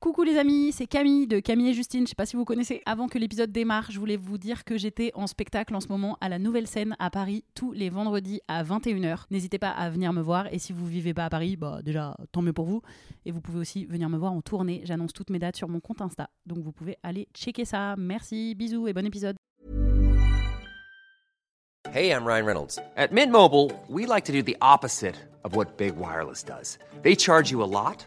Coucou les amis, c'est Camille de Camille et Justine. Je sais pas si vous connaissez. Avant que l'épisode démarre, je voulais vous dire que j'étais en spectacle en ce moment à la Nouvelle Scène à Paris tous les vendredis à 21h. N'hésitez pas à venir me voir et si vous vivez pas à Paris, bah déjà tant mieux pour vous. Et vous pouvez aussi venir me voir en tournée. J'annonce toutes mes dates sur mon compte Insta, donc vous pouvez aller checker ça. Merci, bisous et bon épisode. Hey, I'm Ryan Reynolds. At Mint Mobile, we like to do the opposite of what Big Wireless does. They charge you a lot,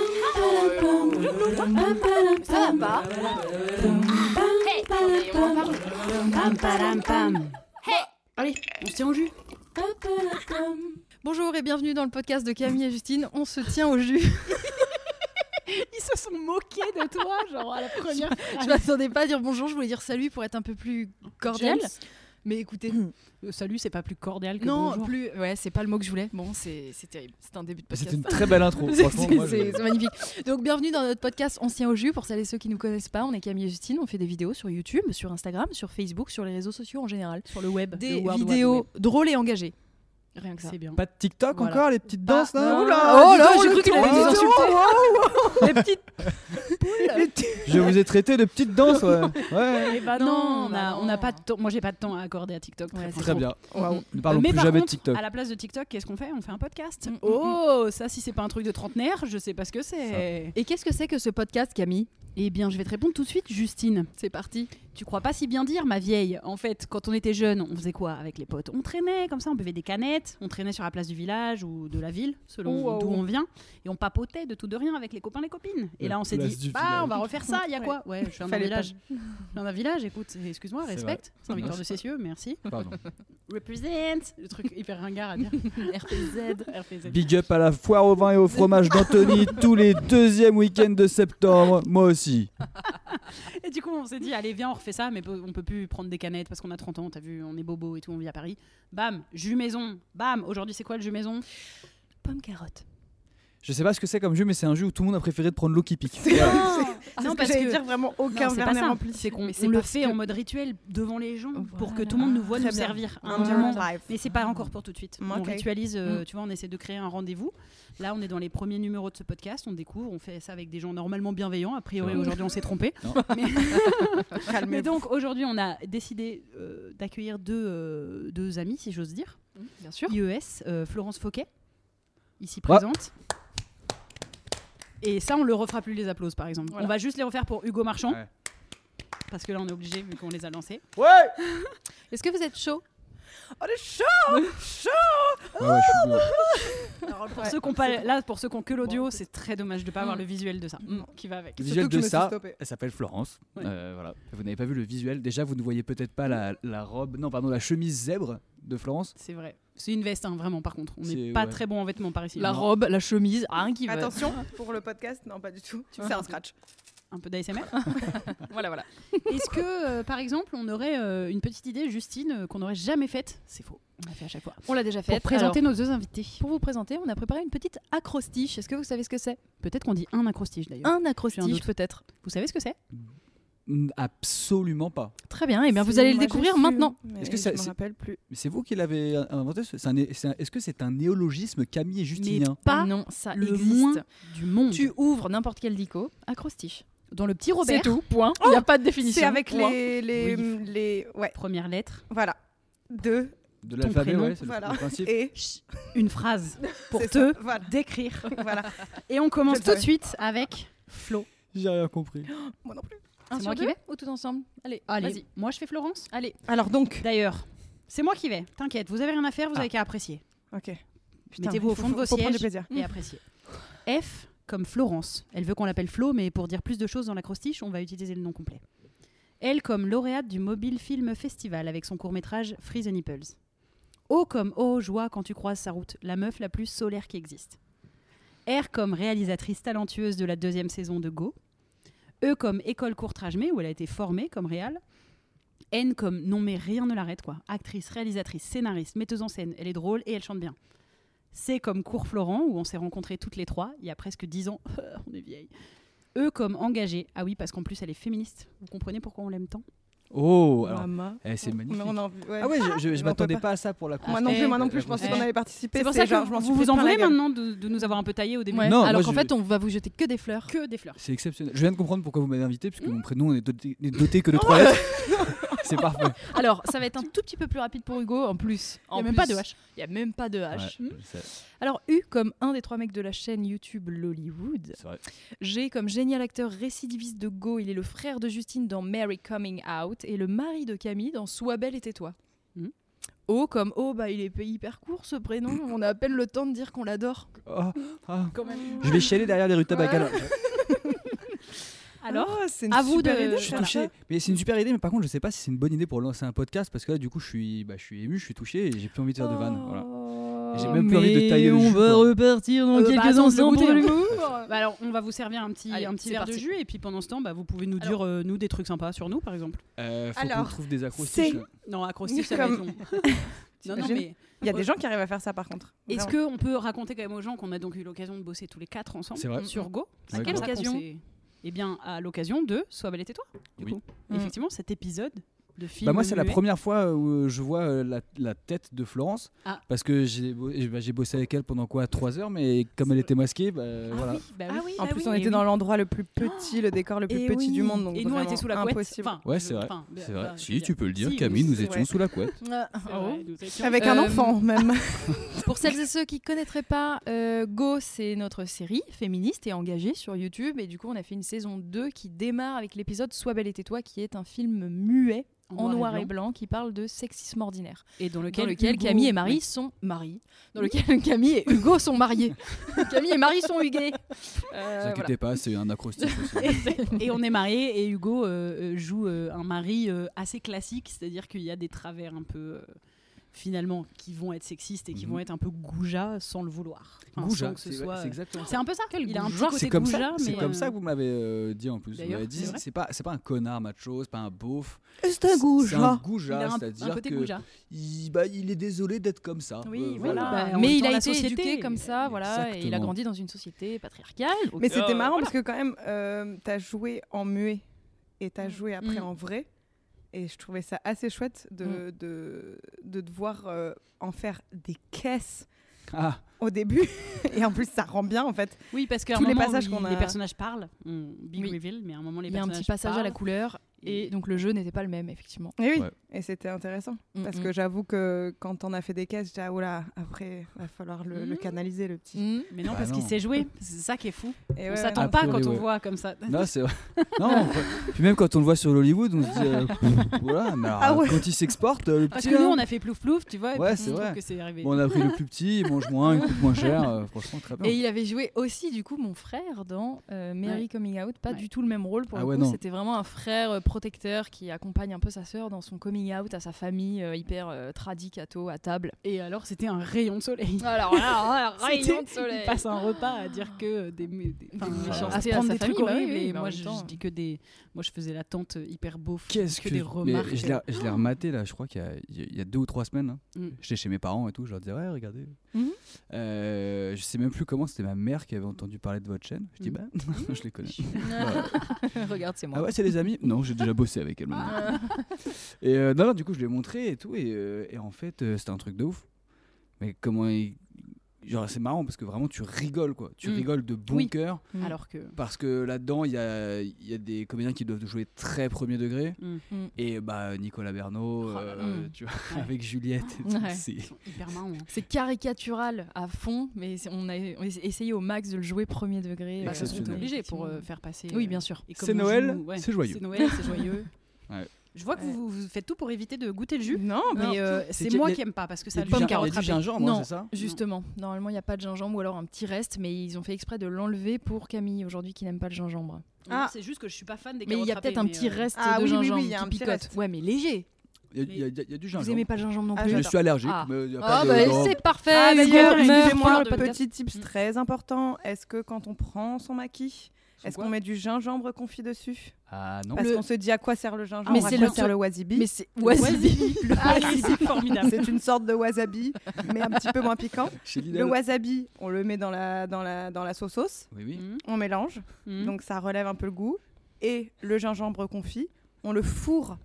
Ça va pas Allez, on se tient au jus. Bonjour et bienvenue dans le podcast de Camille et Justine. On se tient au jus. Ils se sont moqués de toi, genre à la première. Je m'attendais pas à dire bonjour, je voulais dire salut pour être un peu plus cordial. Mais écoutez, Euh, salut, c'est pas plus cordial Mmh, que non, bonjour. plus. Ouais, c'est pas le mot que je voulais. Bon, c'est c'est terrible. Bah, C'est un début de podcast. Bah, C'était une très belle intro. C'est- Franchement, c'est- moi, je- C'est c'est magnifique. Donc, bienvenue dans notre podcast On se tient au jus. Pour celles et ceux qui nous connaissent pas, on est Camille et Justine. On fait des vidéos sur YouTube, sur Instagram, sur Facebook, sur les réseaux sociaux en général. sur le web. Des Bah, le World Wide Web. vidéos drôles et engagées. Rien que ça. c'est bien. Pas de TikTok Voilà. encore, les petites Pas- danses là non, Oula, oh dis là, donc, j'ai le cru qu'il truc, allait nous oh, insulter. oh, oh, Les petites oh. Les petits- Je vous ai traité de petites danses, ouais. ouais. Eh bah non, on a, Non, bah on a non. pas de temps. Moi, j'ai pas de temps à accorder à TikTok. Ouais, c'est Très franchement. bien. Waouh. Ne parlons Mais plus par jamais de contre, TikTok. À la place de TikTok, qu'est-ce qu'on fait On fait un podcast. Mm, mm, Oh, ça, si c'est pas un truc de trentenaire, je sais pas ce que c'est. Et qu'est-ce que c'est que ce podcast, Camille Eh bien, je vais te répondre tout de suite, Justine. C'est parti. Tu crois pas si bien dire, ma vieille. En fait, quand on était jeune, on faisait quoi avec les potes On traînait comme ça, on buvait des canettes, on traînait sur la place du village ou de la ville, selon Wow. d'où on vient, et on papotait de tout de rien avec les copains, les copines. Et La là, on s'est place dit, du bah, village. on va refaire ça. Il y a quoi Ouais, je suis dans un Fallait pas. village. Je suis dans un village. Écoute, excuse-moi, C'est respecte. Saint-Victor de Cessieux, merci. Pardon. Represent. Le truc hyper ringard à dire. RPZ. RPZ. Big up à la foire au vin et au fromage d'Anthony tous les deuxièmes week-ends de septembre. Moi aussi. Et du coup, on s'est dit, allez, viens, on refait ça, mais peu- on peut plus prendre des canettes parce qu'on a 30 ans, t'as vu, on est bobo et tout, on vit à Paris. Bam, jus maison. Bam, aujourd'hui, c'est quoi le jus maison Pomme carotte. Je sais pas ce que c'est comme jeu, mais c'est un jeu où tout le monde a préféré de prendre l'eau qui pique. Ah, Non, Non, parce parce que que- dire vraiment aucun Non, c'est verre pas n'est ça. rempli. C'est qu'on Mais on c'est le parce fait que- en mode rituel devant les gens Voilà. pour que tout le monde nous voit Très nous bien. servir Un un moment moment. live. Mais c'est pas encore pour tout de suite. Mm, On ok. ritualise, euh, Mm. tu vois, on essaie de créer un rendez-vous. Là, on est dans les premiers numéros de ce podcast, on découvre, on fait ça avec des gens normalement bienveillants. A priori, C'est vrai. aujourd'hui, on s'est trompé. Non. Mais, mais Calmez-vous. donc, aujourd'hui, on a décidé euh, d'accueillir deux, euh, deux amis, si j'ose dire. Bien sûr. IES, euh, Florence Fauquet, ici Ouais. présente. Et ça, on le refera plus les applauses, par exemple. Voilà. On va juste les refaire pour Hugo Marchand. Ouais. Parce que là, on est obligé, vu qu'on les a lancés. Ouais Est-ce que vous êtes chaud Oh, le chaud Chaud Ouais, ouais, je suis bon. Pour ceux qui ont pas, là, pour ceux qui ont que l'audio, c'est très dommage de pas avoir le visuel de ça Mm. qui va avec. Le visuel Surtout que de je me suis ça, stoppée. elle s'appelle Florence. Ouais. Euh, voilà. Vous n'avez pas vu le visuel. Déjà, vous ne voyez peut-être pas la, la robe, non, pardon, la chemise zèbre de Florence. C'est vrai. C'est une veste, hein, vraiment, par contre. On n'est C'est- pas ouais. très bon en vêtements par ici. La Non. robe, la chemise, rien qui va. Attention, pour le podcast, non, pas du tout. C'est un scratch. Un peu d'ASMR. Voilà, voilà. Est-ce que, euh, par exemple, on aurait euh, une petite idée, Justine, euh, qu'on n'aurait jamais faite C'est faux. On l'a fait à chaque fois. On l'a déjà fait. Pour présenter nos deux invités. pour vous présenter, on a préparé une petite acrostiche. Est-ce que vous savez ce que c'est Peut-être qu'on dit un acrostiche d'ailleurs. Un J'ai un acrostiche doute. peut-être. Vous savez ce que c'est Mm, Absolument pas. Très bien. Eh Et bien vous C'est- allez le moi, j'ai découvrir su, maintenant. mais Est-ce que ça- Je me c'est- rappelle plus. Mais c'est vous qui l'avez in- inventé ce- c'est un é- c'est un- Est-ce que c'est un néologisme Camille et Justinien Pas non, ça le existe. moins du monde. Tu ouvres n'importe quel dico, acrostiche. Dans le petit Robert. C'est tout. Point. Il n'y a pas de définition. C'est avec Point. les, les, les. Ouais, Première lettre, voilà. Deux De l'alphabet, prénom, ouais, c'est le- voilà. le principe. et. une phrase pour c'est te ça, Voilà. décrire. voilà. Et on commence Je tout le de suite avec Flo. J'ai rien compris. Moi non plus. Un C'est sur moi qui deux vais ou tout ensemble Allez, Allez, vas-y. moi je fais Florence. Allez. Alors donc. D'ailleurs, c'est moi qui vais. T'inquiète, vous avez rien à faire, vous Ah. avez qu'à apprécier. Ok. Mettez-vous au fond de vos Pour prendre du sièges Mmh. plaisir. et appréciez. F comme Florence. Elle veut qu'on l'appelle Flo, mais pour dire plus de choses dans l'acrostiche, on va utiliser le nom complet. Elle comme lauréate du Mobile Film Festival avec son court-métrage Free the Nipples. O comme Oh joie quand tu croises sa route, la meuf la plus solaire qui existe. R comme réalisatrice talentueuse de la deuxième saison de Go. E comme école Courtrajmé, où elle a été formée comme réal. N comme non mais rien ne l'arrête quoi. Actrice, réalisatrice, scénariste, metteuse en scène, elle est drôle et elle chante bien. C comme cours Florent, où on s'est rencontrés toutes les trois il y a presque dix ans. Ah, on est vieille. E comme engagée. Ah oui, parce qu'en plus elle est féministe. Vous comprenez pourquoi on l'aime tant Oh, alors, Maman. eh, c'est magnifique. Mais on en- ouais. Ah ouais, je- je, je on m'attendais peut pas à ça pour la course. Moi non plus, moi non Eh, plus, je pensais eh. qu'on avait participé. euh, C'est pour ça que genre, je m'en vous suis vous fait en plein la voulez gueule. maintenant de, de nous avoir un peu taillé au début. Ouais. Non, Alors moi, qu'en je- fait, on va vous jeter que des fleurs. Que des fleurs. C'est exceptionnel. Je viens de comprendre pourquoi vous m'avez invité, puisque Hmm. mon prénom on est doté, n'est doté que de trois lettres. C'est parfait. Alors, ça va être un tout petit peu plus rapide pour Hugo en plus. Il y a En même pas de Hmm. plus, H. Il y a même pas de H. Ouais, c'est- Alors, U comme un des trois mecs de la chaîne YouTube Lollywood. c'est vrai. G comme génial acteur récidiviste de Go. Il est le frère de Justine dans Mary Coming Out et le mari de Camille dans Sois belle et tais-toi. Mhm. O comme O, bah, il est hyper court ce prénom. On a à peine le temps de dire qu'on l'adore. Oh, ah. Je vais chialer derrière les rues de tabac. alors. Alors, Oh, c'est une à vous super de- idée je Je suis Voilà. faire touché. ça. Mais c'est une super idée, mais par contre, je sais pas si c'est une bonne idée pour lancer un podcast parce que là, du coup, je suis, bah, je suis ému, je suis touché et j'ai plus envie de faire de vannes. Voilà. Et J'ai même plus envie Oh, de tailler hein. le jus, quoi. repartir dans quelques instants hein. pour l'humour. bah alors, on va vous servir un petit, Allez, un petit c'est verre de parti. jus et puis pendant ce temps, bah, vous pouvez nous dire euh, nous des trucs sympas sur nous par exemple. Euh, faut Alors, qu'on trouve des euh, c'est- acrostiches. là. Non, acrostiche, ça va être Comme- long. non, non, T'imagines mais Il y a des gens qui arrivent à faire ça par contre. est-ce Vraiment. qu'on peut raconter quand même aux gens qu'on a donc eu l'occasion de bosser tous les quatre ensemble C'est vrai. sur Go À Ouais, quelle quelle grave. occasion occasion Eh bien, à l'occasion de Sois belle et tais-toi. Du Oui. coup, Mm. effectivement, cet épisode de film. Bah moi, c'est la muet. première fois où je vois euh, la, la tête de Florence Ah. parce que j'ai bo- bah, j'ai bossé avec elle pendant quoi 3 heures, mais comme elle était masquée, bah, voilà. Bah Ah oui, En plus, on Et était oui. dans l'endroit le plus petit, le décor le plus Et petit du oui. monde. Ah, Donc et nous, on était vraiment sous la couette. impossible. Enfin, Ouais, je- c'est vrai. enfin, bah, C'est vrai. bah, je veux Si, tu peux le dire, si, Camille, oui, nous c'est étions vrai. sous la couette. C'est Oh. vrai, nous étions- Avec un Euh, enfant même. Pour celles et ceux qui connaîtraient pas, euh, Go, c'est notre série féministe et engagée sur YouTube. Et du coup, on a fait une saison 2 qui démarre avec l'épisode Sois belle et tais-toi, qui est un film muet en noir, et, blanc. qui parle de sexisme ordinaire. Et dans lequel, dans lequel Hugo- Camille et Marie sont mariés. Dans lequel Camille et Hugo sont mariés. Camille et Marie sont hugués. Ne Euh, vous inquiétez pas, c'est un acrostiche aussi. Et on est mariés et Hugo euh, euh, joue euh, un mari euh, assez classique, c'est-à-dire qu'il y a des travers un peu euh, finalement qui vont être sexistes et qui Mhm. vont être un peu goujats sans le vouloir. Enfin, Gouja, sans que ce c'est soit- euh, c'est exactement C'est un peu ça. Il a un petit goujat côté C'est comme, goujat, ça, c'est mais, comme euh, ça que vous me l'avez euh, dit en plus. Vous d'ailleurs, m'avez dit, c'est vrai. c'est pas, c'est pas un connard macho, c'est pas un beauf. C'est C'est un il a goujat, un, un c'est-à-dire côté que goujat. il, bah, il est désolé d'être comme ça. Oui, Euh, oui, voilà. bah, en même Mais il temps, a la été société, éduqué comme ça, voilà, et il a Exactement. grandi dans une société patriarcale. Mais Ok. c'était marrant parce que quand même, euh, t'as joué en muet et t'as joué après Mm. en vrai. Et je trouvais ça assez chouette de, de, de devoir euh, en faire des caisses Ah, au début. et en plus, ça rend bien en fait. Oui, parce qu'à un Tous les moment passages où qu'on il- a- les personnages parlent, on- big Oui. reveal, mais à un moment les Il y a un personnages petit passage à la parlent. couleur, et donc le jeu n'était pas le même, effectivement. Et oui. Ouais. Et c'était intéressant. Mm, Parce mm. que j'avoue que quand on a fait des caisses, j'étais ah oula, après, va falloir le, le Mm. canaliser le petit. Mm. Mais non, Bah parce qu'il non. sait jouer. C'est ça qui est fou. Et On ouais, s'attend A pas quand priori, on ouais. voit comme Ah, ça. Ah, Non, c'est vrai. Non, on peut- puis même quand on le voit sur l'Hollywood, on se dit, euh, pff, voilà, mais alors, Ah ouais. quand il s'exporte, euh, le Parce petit. que nous, là, on a fait plouf plouf, tu vois. et Ouais, puis c'est je trouve vrai. que c'est arrivé. bon, on a pris le plus petit, il mange moins, il coûte moins cher. euh, franchement, très bien. Et il avait joué aussi, du coup, mon frère dans euh, Mary Ouais. Coming Out. Pas Ouais. du tout le même rôle pour Ah le ouais, coup. non. C'était vraiment un frère euh, protecteur qui accompagne un peu sa sœur dans son coming out à sa famille euh, hyper euh, tradi, cato, à table. Et alors, c'était un rayon de soleil. Alors là, hein, C'était- rayon de soleil. Il passe un repas à dire que euh, des, mé- des- enfin, méchancetés à se à prendre sa des trucs famille, bah oui, horribles. oui, et mais en moi, même je, temps. je dis que des. Moi, je faisais la tante hyper beauf. Qu'est-ce que, des mais remarques. je l'ai- Je l'ai rematé là, je crois qu'il y a- il y, a- il y a deux ou trois semaines. hein. Mm. J'étais chez mes parents et tout, je leur disais ouais regardez. Mhm. Euh, je sais même plus comment, c'était ma mère qui avait entendu parler de votre chaîne. Je dis Mm. bah je les connais. Regarde, c'est moi. Ah ouais c'est des amis Non j'ai déjà bossé avec elle. maintenant. Ah. et euh, non, non, du coup je lui ai montré et tout et, euh, et en fait euh, c'était un truc de ouf. Mais comment il- genre c'est marrant parce que vraiment tu rigoles quoi, tu Mm. rigoles de bon Oui. cœur Mm. Alors que. parce que là-dedans il y a, il y a des comédiens qui doivent jouer très premier degré Mm. Mm. et bah Nicolas Bernot Oh là là. euh, Mm. tu vois Ouais. avec Juliette et tout, Ouais. c'est- Ils sont hyper marrants. hein. C'est caricatural à fond, mais c'est- on a, on a essayé au max de le jouer premier degré. Bah, euh, ce sont Exceptionnel. obligés pour euh, faire passer. Oui, bien sûr. C'est Noël, c'est joyeux. C'est Noël, c'est joyeux. Ouais. Je vois que Ouais. vous, vous faites tout pour éviter de goûter le jus. Non, Mais mais. euh, C'est c'est du- moi y a- qui aime pas parce que Il y ça a a du le jus gin- qui a il y a du rattrapé. gingembre, hein, Non. c'est ça Justement, normalement il n'y a pas de gingembre ou alors un petit reste, mais ils ont fait exprès de l'enlever pour Camille aujourd'hui qui n'aime pas le gingembre. Non, Ah. C'est juste que je suis pas fan des Mais il y a carottes peut-être un râpées, petit mais, euh, reste Ah de oui, oui, oui, gingembre il y a qui un petit picote. reste. Ouais, mais léger. Il y, a- il y a- il y a du Vous gingembre. aimez pas le gingembre non Ah, plus. je j'adore. suis allergique. Ah. mais il y a pas Ah de- bah non. c'est parfait. Ah, Hugo, d'accord, meurt excusez-moi, pendant le podcast. petit tips très important. Est-ce que quand on prend son maquis, Son Est-ce quoi qu'on met du gingembre confit dessus Ah non. Parce Le- qu'on se dit à quoi sert le gingembre, Mais à c'est quoi le- sert le wasabi. Mais c'est Wasabi. Le Ah, wasabi, formidable. C'est une sorte de wasabi, mais un petit peu moins piquant. Chez Le Lidl. wasabi, on le met dans la, dans la, dans la sauce sauce, Oui, oui. Mhm, on mélange, Hmm. mhm. donc ça relève un peu le goût. Et le gingembre confit, on le fourre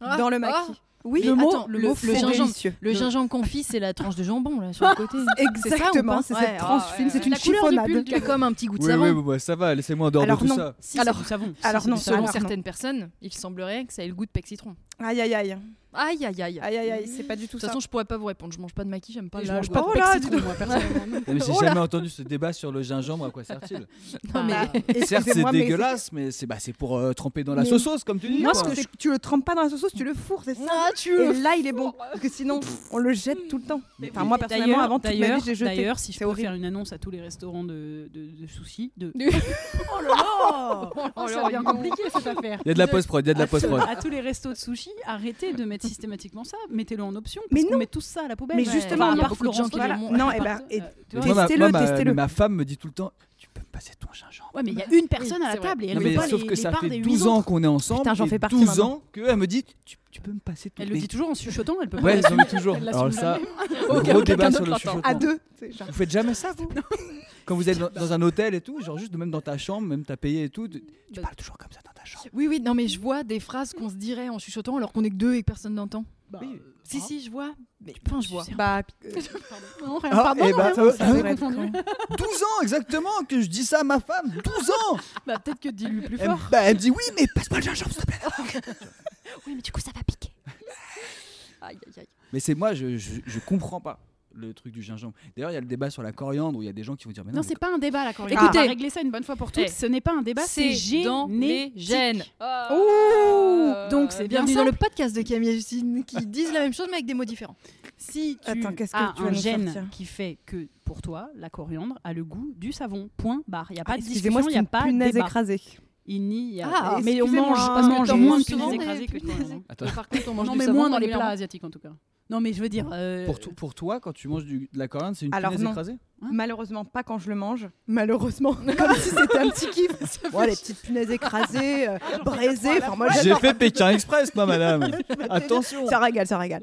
dans le Oh. maquis. oui, Le mot- attends, le, le- le mot fourré, gingembre. délicieux. Le gingembre confit, c'est la tranche de jambon là sur le côté. Exactement, c'est ça ou pas cette Ouais, tranche ah, fine, ouais, c'est ouais. une La couleur du pull du- chiffonnade. Qui a comme un petit goût de Oui, savon. oui, bah, ça va, laissez-moi en dehors de Alors tout non. ça. Si, Alors- c'est du savon. alors Si, c'est non, du savon. Selon alors non. certaines personnes, il semblerait que ça ait le goût de pexitron. Aïe aïe aïe, Aïe aïe aïe. aïe aïe aïe, c'est pas du De tout toute ça. façon, je pourrais pas vous répondre. Je mange pas de maquis, j'aime pas. Et je la- mange pas de Oh là, pexitron, moi, personnellement. Non, mais J'ai Oh là. jamais entendu ce débat sur le gingembre, à quoi sert-il Non, mais- Bah, Certes, c'est Excusez-moi, mais dégueulasse, mais c'est bah, c'est pour euh, tremper dans la Mais- sauce sauce, comme tu dis. Moi, quoi. ce que je- tu le trempes pas dans la sauce, sauce, tu le fourres, c'est ça. Ah, tu Et là, il est bon. Parce que sinon, on le jette tout le temps. Enfin, moi, personnellement, D'ailleurs- avant toute ma d'ailleurs- vie, j'ai jeté. D'ailleurs, si je C'est peux horrible. faire une annonce à tous les restaurants de, de, de sushis, de... Oh Oh, ça alors, devient dis donc. compliqué cette affaire. Il y a de la post-prod, il y a de la post-prod. À tous les restos de sushi, arrêtez de mettre systématiquement ça. Mettez-le en option. Mais Parce qu'on non. met tout ça à la poubelle. Mais Ouais. justement, Enfin, il y a à part beaucoup de gens Florence, qui voilà. le montrent. À Non, part- et ben, et- euh, tu vois, Moi, ma- Testez-le, moi, ma- testez-le. Ma femme me dit tout le temps Tu peux me passer ton gingembre Ouais, mais il y a une personne à c'est la vrai. table et elle Non, veut mais pas sauf les, que les ça parts fait des huit 12 autres. ans qu'on est ensemble. Putain, j'en et fais partie 12 maintenant. ans qu'elle me dit tu, tu peux me passer ton Elle le dit toujours en chuchotant, elle peut Ouais, pas. ils ont mis toujours. Elle Alors l'assume ça, Aucun- le gros aucun débat autre sur le l'entend. chuchotement. à deux. c'est genre- Vous faites jamais ça, vous Quand vous êtes dans, dans un hôtel et tout, genre juste même dans ta chambre, même t'as payé et tout, tu, tu Bah- parles toujours comme ça dans ta chambre. Oui, oui, non, mais je vois des phrases qu'on se dirait en chuchotant alors qu'on est que deux et que personne n'entend. Oui. Si, si, je vois. Mais enfin, je vois. Bah, euh, Non, rien, Ah, pardon, eh ben, rien, ça veut- ça veut ça confondu. veut être 12 ans exactement que je dis ça à ma femme 12 ans Bah, peut-être que dis-lui plus elle, fort. me- bah, elle me dit oui, mais passe-moi le gingembre, s'il te plaît Oui, mais du coup, ça va piquer. Aïe, aïe, aïe. Mais c'est moi, je, je, je comprends pas le truc du gingembre. D'ailleurs, il y a le débat sur la coriandre où il y a des gens qui vont dire mais non, Non, mais c'est pas un débat là, quand Écoutez. on va régler ça une bonne fois pour toutes. Eh. Ce n'est pas un débat, c'est dans les géné. gènes. Ouh, donc c'est bien Bienvenue dans simple. le podcast de Camille et Justine qui disent la même chose mais avec des mots différents. Si tu Attends, qu'est-ce que as tu vas un nous gène sortir qui fait que pour toi, la coriandre a le goût du savon. Point barre. Il n'y a pas ah, de Excusez-moi, discussion, je il n'y suis a pas une de punaise débat. écrasée. Il n'y a. Ah, mais on mange, excusez-moi, parce parce que que mange t'en moins de manges punaises souvent des écrasées que hein. de punaises. coriandre. Attends. Par contre, on mange Non, du mais savon moins dans les plats régulièrement. asiatiques en tout cas. Non, mais je veux dire. euh, Pour, to- pour toi, quand tu manges du- de la coriandre, c'est une Alors punaise non. écrasée Malheureusement, pas quand je le mange. Malheureusement, comme si c'était un petit kiff. Ouais, les petites punaises écrasées, euh, braisées. Enfin, moi, J'ai j'adore. fait Pékin Express, moi, madame Attention Ça régale, ça régale.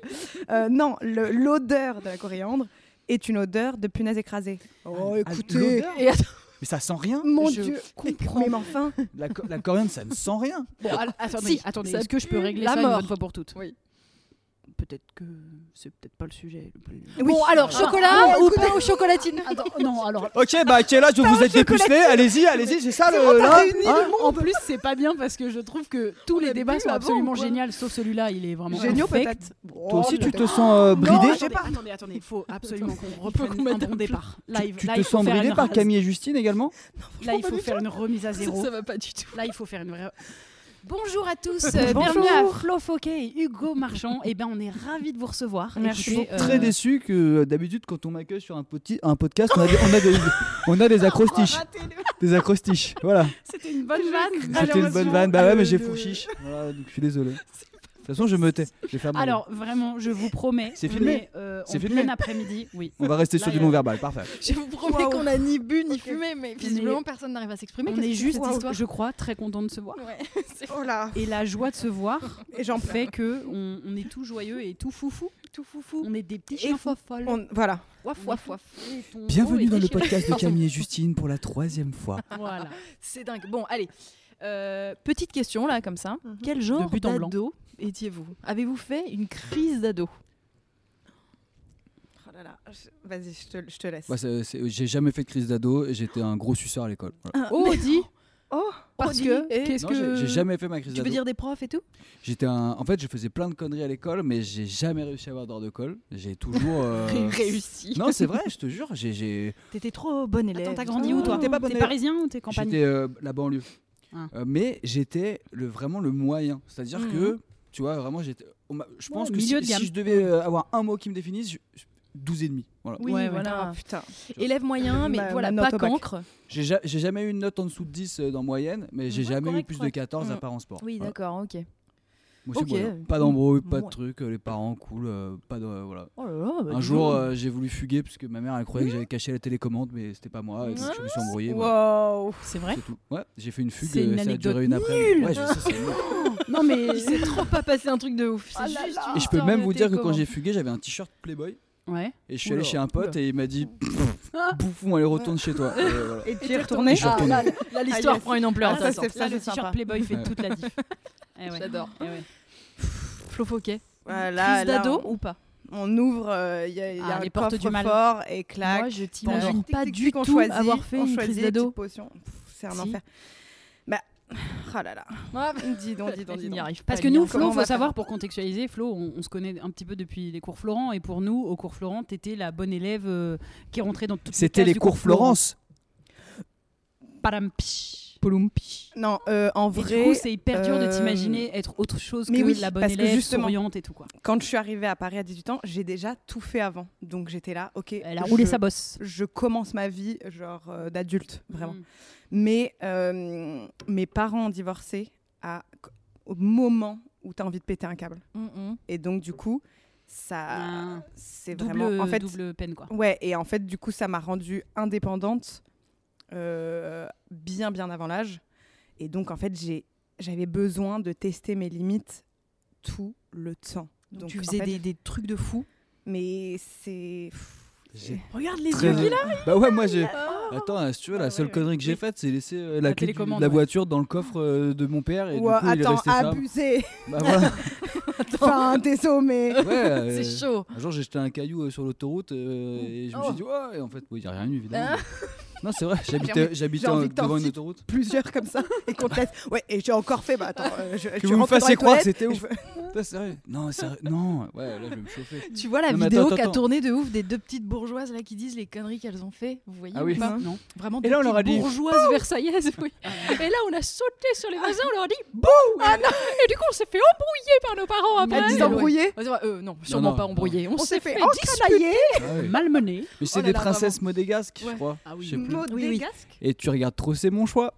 Euh, non, le- l'odeur de la coriandre est une odeur de punaise écrasée. Oh, Ah, écoutez, oh, l'odeur. Et attends, Mais ça sent rien mon Je Dieu, comprends. mais enfin, La, co- la coriandre, ça ne sent rien Bon, alors, attendez, Si, attendez. ça Est-ce que je peux pue régler la ça une mort. bonne fois pour toutes Oui. Peut-être que c'est peut-être pas le sujet le plus. oui. Bon alors, chocolat ou pain au chocolatine Attends, non, alors Ok, bah à quel âge vous êtes dépucelé Allez-y, allez-y, c'est ça le. là, hein en plus, c'est pas bien parce que je trouve que tous les débats bu sont avant absolument ou quoi géniaux, sauf celui-là, il est vraiment Géniaux, infect. peut-être. Toi aussi, Oh, tu te sens Non, euh, bridé je sais attendez, pas. attendez, attendez, il faut absolument qu'on reprenne un bon départ. Là, il- Tu là, te il faut sens faire bridé une par race. Camille et Justine également Là, il faut faire une remise à zéro. va pas du tout. Là, il faut faire une vraie. Bonjour à tous, euh, bienvenue à Bonjour. Flo Fauquet et Hugo Marchand. Eh ben, on est ravis de vous recevoir. Merci. Écoutez, euh, Très déçu que euh, d'habitude, quand on m'accueille sur un, poti- un podcast, on a des, on a des, on a des acrostiches. Des acrostiches, voilà. C'était une bonne vanne. C'était une bonne malheureusement. vanne. Bah ouais, mais j'ai Euh, four chiche. Voilà, donc je suis désolé. De toute façon, je me tais. Je vais faire mon- Alors, vraiment, je vous promets. C'est on filmé. est, euh, C'est en filmé. plein après-midi, oui. On va rester Là, sur il y du a- non-verbal, parfait. Je vous promets Waouh. qu'on a ni bu ni Ok. fumé, mais visiblement personne n'arrive à s'exprimer. On Qu'est-ce est que c'est juste, cette histoire je crois, très content de se voir. Ouais. Oh là, Et la joie de se voir et j'en pleure. fait que on, on est tout joyeux et tout foufou. Tout foufou. On est des petits Et chiens fois folle. On- Voilà. Waf, waf, waf. fous. Bienvenue Oh, dans et le chez- podcast de Pardon. Camille et Justine pour la troisième fois. Voilà. C'est dingue. Bon, allez. Euh, petite question là, comme ça. Quel genre but en blanc. d'ado étiez-vous Avez-vous fait une crise d'ado Oh là là, je- Vas-y, je te, je te laisse. Moi, Bah, c'est- c'est- j'ai jamais fait de crise d'ado et j'étais un gros suceur à l'école. Voilà. Oh, dis Ah, Oh, Parce dis, que. et- Qu'est-ce Non, j'ai- que. j'ai jamais fait ma crise Tu veux d'ado. dire des profs et tout J'étais un... En fait, je faisais plein de conneries à l'école, mais j'ai jamais réussi à avoir d'heures de colle. J'ai toujours. euh, Réussi. Non, c'est vrai, je te jure. J'ai, j'ai... T'étais trop bonne élève. Attends, t'as grandi où Non, toi Ah, t'es pas bonne élève. parisien ou Oh, t'es campagne J'étais euh, la banlieue. Ah. Euh, mais j'étais le, vraiment le moyen. C'est-à-dire que, tu vois, vraiment, j'étais. on m'a- Je pense Mhm. Ouais, que si, milieu de gamme. si je devais euh, avoir un mot qui me définisse, je- je- 12 et demi. Voilà. Oui, Ouais, ouais. voilà. Ah, putain. Élève moyen, mais Ma- voilà, ma note pas au bac. cancre. J'ai, ja- j'ai jamais eu une note en dessous de 10 euh, dans moyenne, mais j'ai Ouais, jamais eu correct, plus de correct. 14 à Mm. part en sport. Oui, Voilà. d'accord, ok. Moi aussi, Ok. voilà. Pas d'embrouille, pas de Ouais. truc, euh, les parents cool, euh, pas de euh, voilà. Oh là là, bah, Un dis jour, donc. euh, j'ai voulu fuguer parce que ma mère elle croyait que j'avais caché la télécommande, mais c'était pas moi, et donc je me suis embrouillé. voilà. Wow. C'est vrai C'est tout. Ouais, j'ai fait une fugue, C'est une euh, ça a anecdote duré une après. Ouais, je sais, c'est nul. Non mais Il s'est trop pas passé un truc de ouf. C'est Ah là juste là. une Et je peux histoire même de vous dire que quand télécommande. j'ai fugué, j'avais un t-shirt Playboy. ouais. Et je suis allé Oula, Ah. chez un pote et il m'a dit Bouffon, allez, retourne chez toi. Et voilà. Et tu es retourné Et je suis Ah, retourné. Là l'histoire prend une ampleur. Ah, ça, attends, c'est- attends. là, ça, le c'est sympa. t-shirt Playboy fait Ouais. toute la diff. Eh ouais. J'adore. Eh ouais. Flo Fauquet. Ouais, Crise Ah, là, là, d'ado on- ou pas On ouvre, euh, il y a, il y a Ah, un les portes du mal. coffre-fort et claque. Moi, je Bonjour. t'imagine pas Tic, tic, du tic, on tout choisit, avoir fait on une choisit crise les petites d'ado. potions. Pff, C'est un Si. enfer. Bah, ah là là. Dis donc, dis donc, dis Il n'y donc. arrive pas. Parce que lui, nous, hein. Flo, Comment on faut va savoir pour contextualiser, Flo, on, on se connaît un petit peu depuis les cours Florent, et pour nous, au cours Florent, t'étais la bonne élève euh, qui est rentrée dans toutes C'était cases les du cours Florence. Padam, pich. Poloumpi. Non, euh, en Et vrai, du coup, c'est hyper dur de euh, t'imaginer être autre chose mais que oui, la bonne parce que élève, justement- souriante et tout quoi. quand je suis arrivée à Paris à 18 ans, j'ai déjà tout fait avant. Donc j'étais là, ok. Elle a roulé je- sa bosse. Mm. Je commence ma vie, genre euh, d'adulte, vraiment. Mais euh, mes parents ont divorcé à, au moment où tu as envie de péter un câble. Mm, Et donc, du coup, ça. Ah. C'est Double, vraiment. En fait, double peine quoi. Ouais, et en fait, du coup, ça m'a rendue indépendante euh, bien, bien avant l'âge. Et donc, en fait, j'ai, j'avais besoin de tester mes limites tout le temps. Donc, Donc, tu en faisais fait- des, des trucs de fou. Mais c'est. J'ai Regarde les très- Bah ouais, moi j'ai. Attends, euh, si tu veux, la Ah. Ouais, seule ouais, connerie que j'ai oui. faite, c'est laisser euh, la, clé du- télécommande, de la ouais. voiture dans le coffre euh, de mon père et du coup, Ouah, il est attends, resté ferme. abusé Bah voilà. Enfin, désolé Ouais, euh, C'est chaud. Un jour, j'ai jeté un caillou euh, sur l'autoroute euh, et je me suis Oh. dit, ouais, et en fait, oui, y a rien eu, évidemment. non, c'est vrai, Ah. J'ai j'habitais, j'habitais j'ai en- envie que t'en devant une cites. autoroute. Plusieurs comme ça, et qu'on te laisse. Ouais, et j'ai encore fait, bah attends, euh, je, Que vous me fassiez croire que c'était ouf. où Putain, sérieux Non, sérieux. Non, ouais, là, je vais me chauffer. Tu vois la Non, mais attends, vidéo attends, qui a attends. tourné de ouf des deux petites bourgeoises là qui disent les conneries qu'elles ont fait. Vous voyez Ah ou oui. pas Non. Vraiment Et deux là, on leur a petites dit, Ah bourgeoises versaillaises. oui. Et là on a sauté sur les voisins, on leur a dit bouh. Ah Et du coup on s'est fait embrouiller par nos parents Elle après. dit d'embrouiller Ouais, c'est vrai, euh, non, sûrement non, pas non. embrouillé. On, On s'est fait disputer. encanailler Ah ouais. Malmené. Mais c'est Oh là des là, princesses modégasques, Ouais. je crois. Ah oui. Je sais plus. Maud Oui, oui. Degasque Et tu regardes trop, c'est mon choix.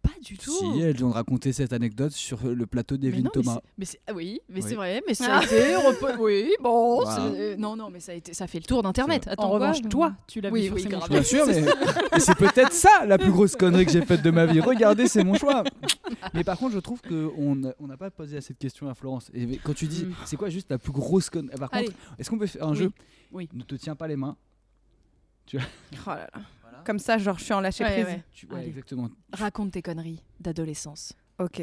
Pas du tout. Si, elles ont raconté cette anecdote sur le plateau Mais d'Evelyne non, mais Thomas. c'est- Mais c'est- ah oui, mais Oui. Ah. c'est vrai, mais ça a été. repo- Oui, bon. Voilà. c'est- euh, Non, non, mais ça a été, ça fait le tour d'internet. Attends, en quoi revanche, toi, tu l'as Oui, vu sur oui, ses grave. manchots. Bien sûr, mais, mais c'est peut-être ça la plus grosse connerie que j'ai faite de ma vie. Regardez, c'est mon choix. Mais par contre, je trouve qu'on n'a on n'a pas posé assez de questions à Florence. Et quand tu dis, Mm. c'est quoi juste la plus grosse connerie Par Allez. contre, est-ce qu'on peut faire un Oui. jeu Oui. Ne te tiens pas les mains. Oh là là. Comme ça, genre, je suis en lâcher Ouais, prise. ouais. Tu- ouais, Allez. exactement. Raconte tes conneries d'adolescence. Ok.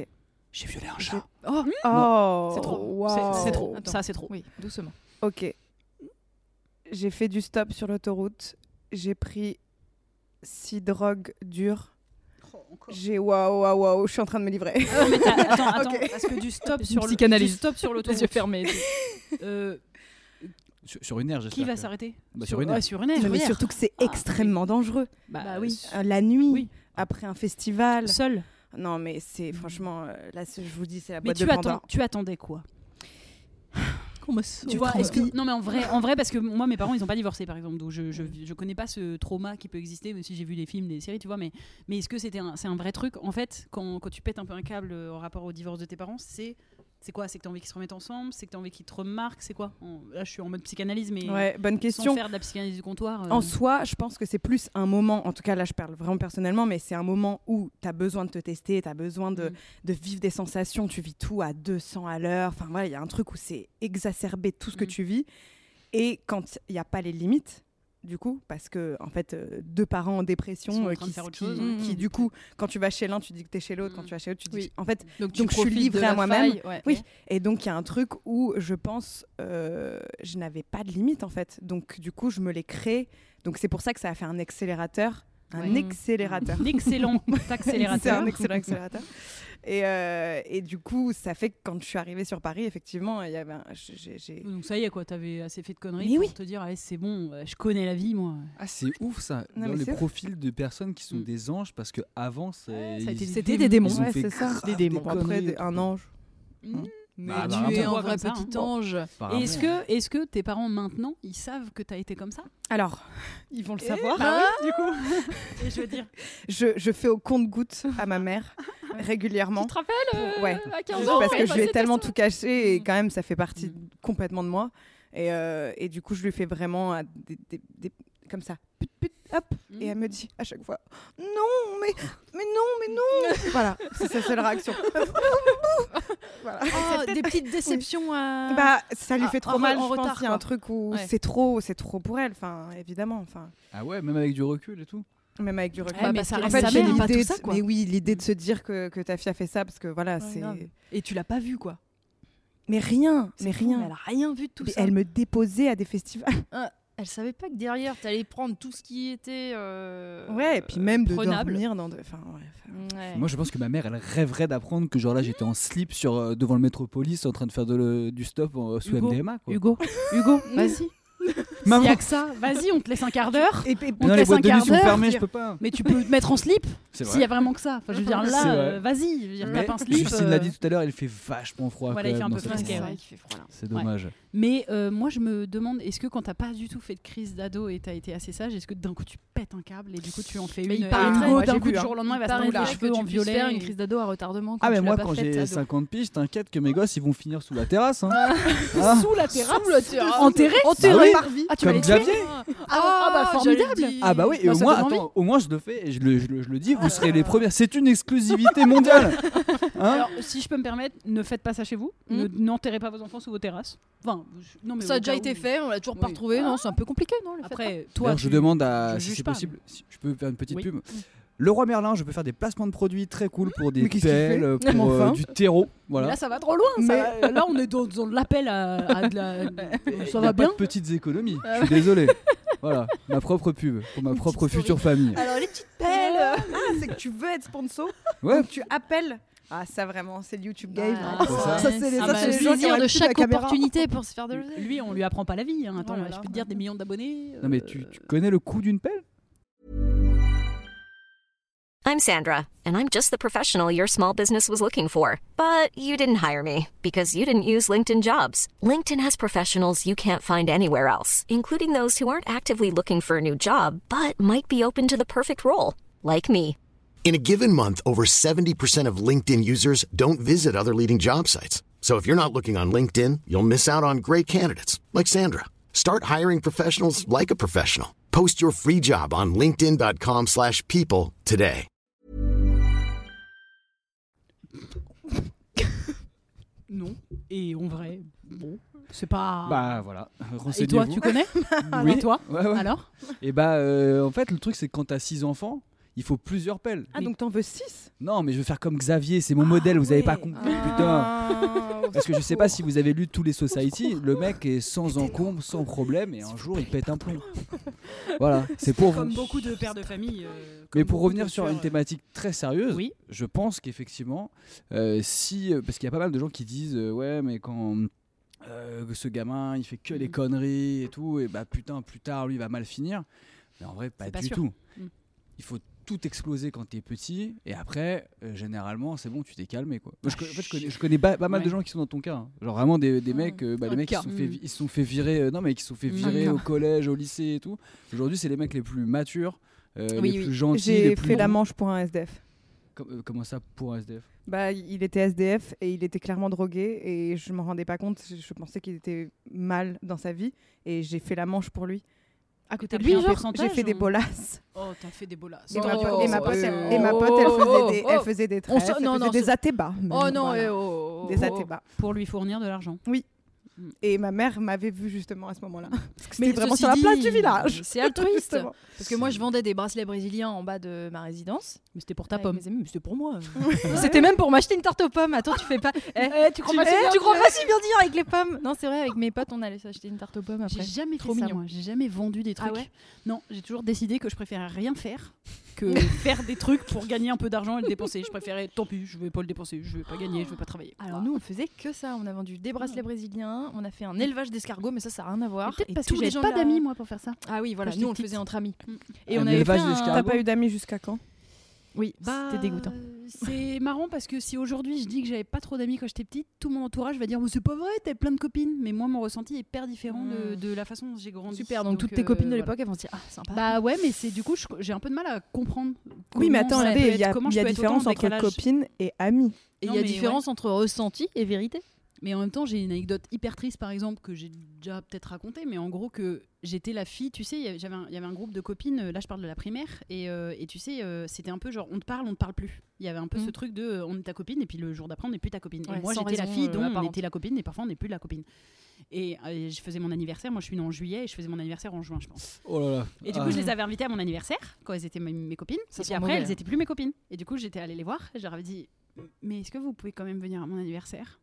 J'ai violé un chat. Oh, Oh, C'est trop. wow. C'est- c'est trop. Attends. Ça, c'est trop. oui, doucement. Ok. J'ai fait du stop sur l'autoroute. J'ai pris six drogues dures. Oh, J'ai waouh waouh waouh, je suis en train de me livrer. Non, mais t'as- attends, attends, Ok. parce que du stop sur le du Psychanalyse. stop sur Les l'autoroute. yeux fermés. euh, Sur, sur une aire, j'espère. qui va que- s'arrêter Bah, sur une aire. ouais, sur une aire. Non, mais Sur- surtout que c'est Ah, extrêmement dangereux. Bah, Bah oui. oui. Euh, la nuit, Oui. après un festival. Seul. Non mais c'est franchement, euh, là c'est- je vous dis, c'est la Mais boîte tu, de attends, Pandore. tu attendais quoi Qu'on me sauve. Tu vois, est-ce que- Non, mais en vrai, en vrai, parce que moi, mes parents, ils n'ont pas divorcé, par exemple. Donc, je, je, je connais pas ce trauma qui peut exister, même si j'ai vu les films, les séries, tu vois. Mais, mais est-ce que c'était un, c'est un vrai truc En fait, quand, quand tu pètes un peu un câble euh, en rapport au divorce de tes parents, c'est. C'est quoi C'est que t'as envie qu'ils se remettent ensemble C'est que t'as envie qu'ils te remarquent C'est quoi En- Là, je suis en mode psychanalyse, mais Ouais, bonne sans question. faire de la psychanalyse du comptoir. euh, En soi, je pense que c'est plus un moment, en tout cas là je parle vraiment personnellement, mais c'est un moment où tu as besoin de te tester, tu as besoin de, Mm. de vivre des sensations, tu vis tout à 200 à l'heure, enfin voilà, il y a un truc où c'est exacerbé tout ce que Mm. tu vis, et quand il n'y a pas les limites, du coup, parce que en fait, euh, deux parents en Ils sont en dépression, euh, train de qui, faire autre qui- chose, hein. qui, ouais. du coup, quand tu vas chez l'un, tu dis que tu es chez l'autre, Mm. quand tu vas chez l'autre, tu dis... Oui. que- En fait, Donc, Donc, je suis profites de livrée la à moi-même. faille, ouais. Oui. Et donc, il y a un truc où je pense, euh, je n'avais pas de limite en fait. Donc, du coup, je me l'ai créé. Donc, c'est pour ça que ça a fait un accélérateur. Un Ouais. accélérateur. Un excellent C'est accélérateur. un excellent accélérateur. Et, euh, et du coup, ça fait que quand je suis arrivée sur Paris, effectivement, il y avait un- j'ai- j'ai- j'ai- Donc ça y est quoi, t'avais assez fait de conneries Mais pour oui. te dire ah, c'est bon, euh, je connais la vie moi. Ah, c'est ouf ça. Non, Dans mais les c'est ouf. profils de personnes qui sont Mm. des anges, parce que avant, c'est- ça a été- ils- C'était des démons. Ils ont Ouais, fait c'est ça. grave Des des démons. Après, conneries. des- un ange. Mais Bah, bah, tu es on un voit vrai comme ça, petit hein. ange. Apparemment. Et est-ce que, est-ce que tes parents maintenant ils savent que t'as été comme ça Alors, ils vont le Eh savoir. ben, du coup. Et je veux dire, je, je fais au compte-goutte à ma mère régulièrement. Tu te rappelles euh, Ouais. à 15 Juste ans, parce on que je lui ai passait tellement des tout caché et Mm. quand même ça fait partie Mm. complètement de moi. Et, euh, et du coup, je lui fais vraiment à des, des- des- comme ça. Put, put, hop. Mm. Et elle me dit à chaque fois Non, mais, mais non, mais non. voilà, c'est sa seule réaction. voilà. Oh, des petites déceptions à. Bah, ça lui Ah, fait trop en- mal. en je pense retard, qu'il y a un quoi. truc où Ouais. c'est trop, c'est trop pour elle. Enfin, évidemment. Enfin, Ah ouais, même avec du recul et tout. même avec du recul. Ouais, Ouais, mais mais c'est- ça En reste fait, sa j'ai mère, pas l'idée tout de- ça, quoi. mais oui, l'idée de se dire que, que ta fille a fait ça parce que voilà, Ouais, c'est. grave. Et tu l'as pas vu, quoi. Mais rien, C'est mais fou, rien. Elle a rien vu de tout Mais ça. elle me déposait à des festivals. Elle savait pas que derrière, t'allais prendre tout ce qui était. euh, ouais, et puis même de prenable. dormir dans. de- Enfin, ouais, enfin, Ouais. Moi, je pense que ma mère, elle rêverait d'apprendre que genre là, j'étais en slip sur euh, devant le métropolis en train de faire de le- du stop euh, sous Hugo, MDMA. Quoi. Hugo, Hugo, vas-y. S'il y Maman, a que ça, vas-y, on te laisse un quart d'heure. Et, on et- te non, les laisse un boîtes de nuit quart sont d'heure, fermées, je je peux pas. Mais tu peux te mettre en slip C'est s'il y a vraiment que ça. Enfin, je veux dire, C'est là, vrai. euh, vas-y, je veux dire, Mais tape un slip. Justine euh, l'a dit tout à l'heure, il fait vachement froid. voilà, quand il fait même un dans peu cette frisqué, saison. ouais. qu'il fait froid là. C'est dommage. Mais euh, moi, je me demande, est-ce que quand t'as pas du tout fait de crise d'ado et t'as été assez sage, est-ce que d'un coup tu pètes un câble et du coup tu en fais Mais une il et paraît Hugo, très- moi, d'un j'ai coup vu, du hein. jour au lendemain, il va se Paraît prendre les vrai que cheveux tu en puisses violet. faire et- une crise d'ado à retardement quand Ah, tu mais l'as moi, pas quand faite, j'ai ado. 50 piges, t'inquiète que mes gosses, ils vont finir sous la terrasse. hein. Ah, Sous la terrasse, Enterré bah oui. Barbie. Ah, tu vas les Comme tuer Xavier Ah, bah, formidable. Ah bah oui, et Bah, au ça moins, donne envie. Ah. attends, au moins je le fais et je le, je le- je le dis, vous serez les premières. C'est une exclusivité mondiale. Hein Alors, si je peux me permettre, ne faites pas ça chez vous. Hmm. Ne- N'enterrez pas vos enfants sous vos terrasses. Enfin, je- non, mais Ça au a déjà cas été où- fait, on l'a toujours Oui. pas Ah. retrouvé. Non, c'est un peu compliqué, non le fait pas. Après, toi, D'ailleurs, je tu- demande à, je si juge c'est pas, possible, si je peux faire une petite Oui. Mm. pub. Le Roi Merlin, je peux faire des placements de produits très cool pour des Mais qu'est-ce qu'il pelles, fait euh, pour Enfin. euh, du terreau. Mais Voilà. Là, ça va trop loin. ça Mais- va- là, on est dans, dans de l'appel à, à de la. Il y ça a va pas bien. Ah de petites économies, je suis désolé. voilà, ma propre pub pour ma propre future famille. Ah. Alors les petites pelles, euh, c'est que tu veux être sponsor, Ouais. donc tu appelles. Ah ça vraiment, c'est le YouTube game. hein. Ah, c'est ça. ça c'est les, Ah ça, bah, c'est le les gens qui plaisir auraient de pu la chaque caméra. opportunité pour se faire de l'oseille. Lui, on lui apprend pas la vie. hein. Attends, Oh là je là. peux te dire des millions d'abonnés. Non mais euh, tu, tu connais le coût d'une pelle I'm Sandra, and I'm just the professional your small business was looking for. But you didn't hire me because you didn't use LinkedIn jobs. LinkedIn has professionals you can't find anywhere else, including those who aren't actively looking for a new job but might be open to the perfect role, like me. In a given month, over 70% of LinkedIn users don't visit other leading job sites. So if you're not looking on LinkedIn, you'll miss out on great candidates like Sandra. Start hiring professionals like a professional. Post your free job on linkedin.com/people slash people today. Non. Et en vrai, bon, c'est pas. Bah voilà, Ah. Et toi, renseignez-vous. tu connais Oui. Et toi Ouais, ouais. Alors Et bah euh, en fait le truc c'est que quand t'as 6 enfants, il faut plusieurs pelles. Ah donc t'en veux 6 Non mais je veux faire comme Xavier, c'est mon modèle, vous avez pas compris, Ah. putain. Parce que je sais pas si vous avez lu tous les Society, le mec est sans encombre, sans problème, et un jour il pète un plomb. voilà, c'est pour vous. beaucoup de pères de famille. euh, Mais pour revenir sur une thématique très sérieuse, Oui. je pense qu'effectivement, euh, si euh, parce qu'il y a pas mal de gens qui disent euh, ouais mais quand euh, ce gamin il fait que des Mm. conneries et tout et bah putain plus tard lui il va mal finir. Mais en vrai pas, C'est pas du sûr. tout. Mm. Il faut tout exploser quand t'es petit et après euh, généralement c'est bon tu t'es calmé quoi. Moi, je, co- en fait, je connais, je connais ba- pas mal de Ouais. gens qui sont dans ton cas. hein. Genre vraiment des, des Mm. mecs, euh, bah, les Un mecs qui cas. se sont fait, Mm. vi- ils se sont fait virer, euh, non mais qui se sont fait Mm. virer Un au collège, au lycée et tout. Aujourd'hui c'est les mecs les plus matures. euh, Oui, les oui. plus gentils, les J'ai plus fait la doux. manche pour un SDF. Com- euh, comment ça pour un SDF Bah il était SDF et il était clairement drogué et je m'en rendais pas compte. Je- Je pensais qu'il était mal dans sa vie et j'ai fait la manche pour lui. À côté côté de de lui, genre, J'ai fait des bolasses. Oh, t'as fait des bolasses. Et, Oh, ma, po- et oh, ma pote, elle, oh, et ma pote, elle oh, faisait des, oh. elle faisait des On tresses, se- elle non, faisait non, des ce- atébas. même, Oh non, voilà. eh, oh, oh, des oh. atébas. Pour lui fournir de l'argent. Et ma mère m'avait vue justement à ce moment-là. Parce que Mais c'était vraiment ceci sur la place dit, du village. C'est altruiste. Justement. Parce que moi, je vendais des bracelets brésiliens en bas de ma résidence. Mais c'était pour ta Avec pomme. mes amis, mais c'était pour moi. c'était même pour m'acheter une tarte aux pommes. Attends, tu fais pas. Eh, tu crois, pas si bien tu crois pas si bien dire avec les pommes Non, c'est vrai, avec mes potes, on allait s'acheter une tarte aux pommes J'ai après. jamais Trop fait ça, mignon. moi. J'ai jamais vendu des Ah trucs. ouais non, j'ai toujours décidé que je préférais rien faire que faire des trucs pour gagner un peu d'argent et le dépenser. Je préférais, tant pis, je vais pas le dépenser, je vais pas gagner, je vais pas travailler. Alors nous, on faisait que ça. On a vendu des bracelets brésiliens, on a fait un élevage d'escargots, Ah. mais ça, ça n'a rien à voir. peut-être parce tous que les j'avais gens pas de la- d'amis, moi, pour faire ça. Ah oui, voilà, quand nous, j'étais on le faisait petite. entre amis. Mm. Et Un on avait élevage fait un- d'escargots. T'as pas eu d'amis jusqu'à quand Oui, Bah, c'était dégoûtant. C'est marrant parce que si aujourd'hui je dis que j'avais pas trop d'amis quand j'étais petite, tout mon entourage va dire mais c'est pas vrai, t'avais plein de copines. Mais moi, mon ressenti est hyper différent de, Mm. de la façon dont j'ai grandi. Super, donc, toutes tes copines de euh, l'époque, elles vont se dire Ah, sympa. voilà. Bah ouais, mais c'est du coup, je- j'ai un peu de mal à comprendre. Oui, comment mais attends, ça attendez, peut il y a, être- comment il je y a peux être différence autant en entre décalage. copine et amie. Et il Non, y a mais différence entre ressenti et vérité. Mais en même temps, j'ai une anecdote hyper triste, par exemple, que j'ai déjà peut-être racontée, mais en gros, que j'étais la fille, tu sais, il y avait- j'avais un- il y avait un groupe de copines, euh, là je parle de la primaire, et, euh, et tu sais, euh, c'était un peu genre on te parle, on te parle plus. Il y avait un peu Mhm. ce truc de euh, on est ta copine, et puis le jour d'après, on n'est plus ta copine. Ouais, et moi, sans j'étais la raison, fille euh, dont on apparente. était la copine, et parfois on n'est plus la copine. Et euh, je faisais mon anniversaire, moi je suis née en juillet, et je faisais mon anniversaire en juin, je pense. Oh là là. Et du Ah. coup, je les avais invitées à mon anniversaire quand elles étaient mes, mes copines. et Ça puis sent après, mauvais, elles hein. étaient plus mes copines. Et du coup, j'étais allée les voir. et Je leur avais dit Mais est-ce que vous pouvez quand même venir à mon anniversaire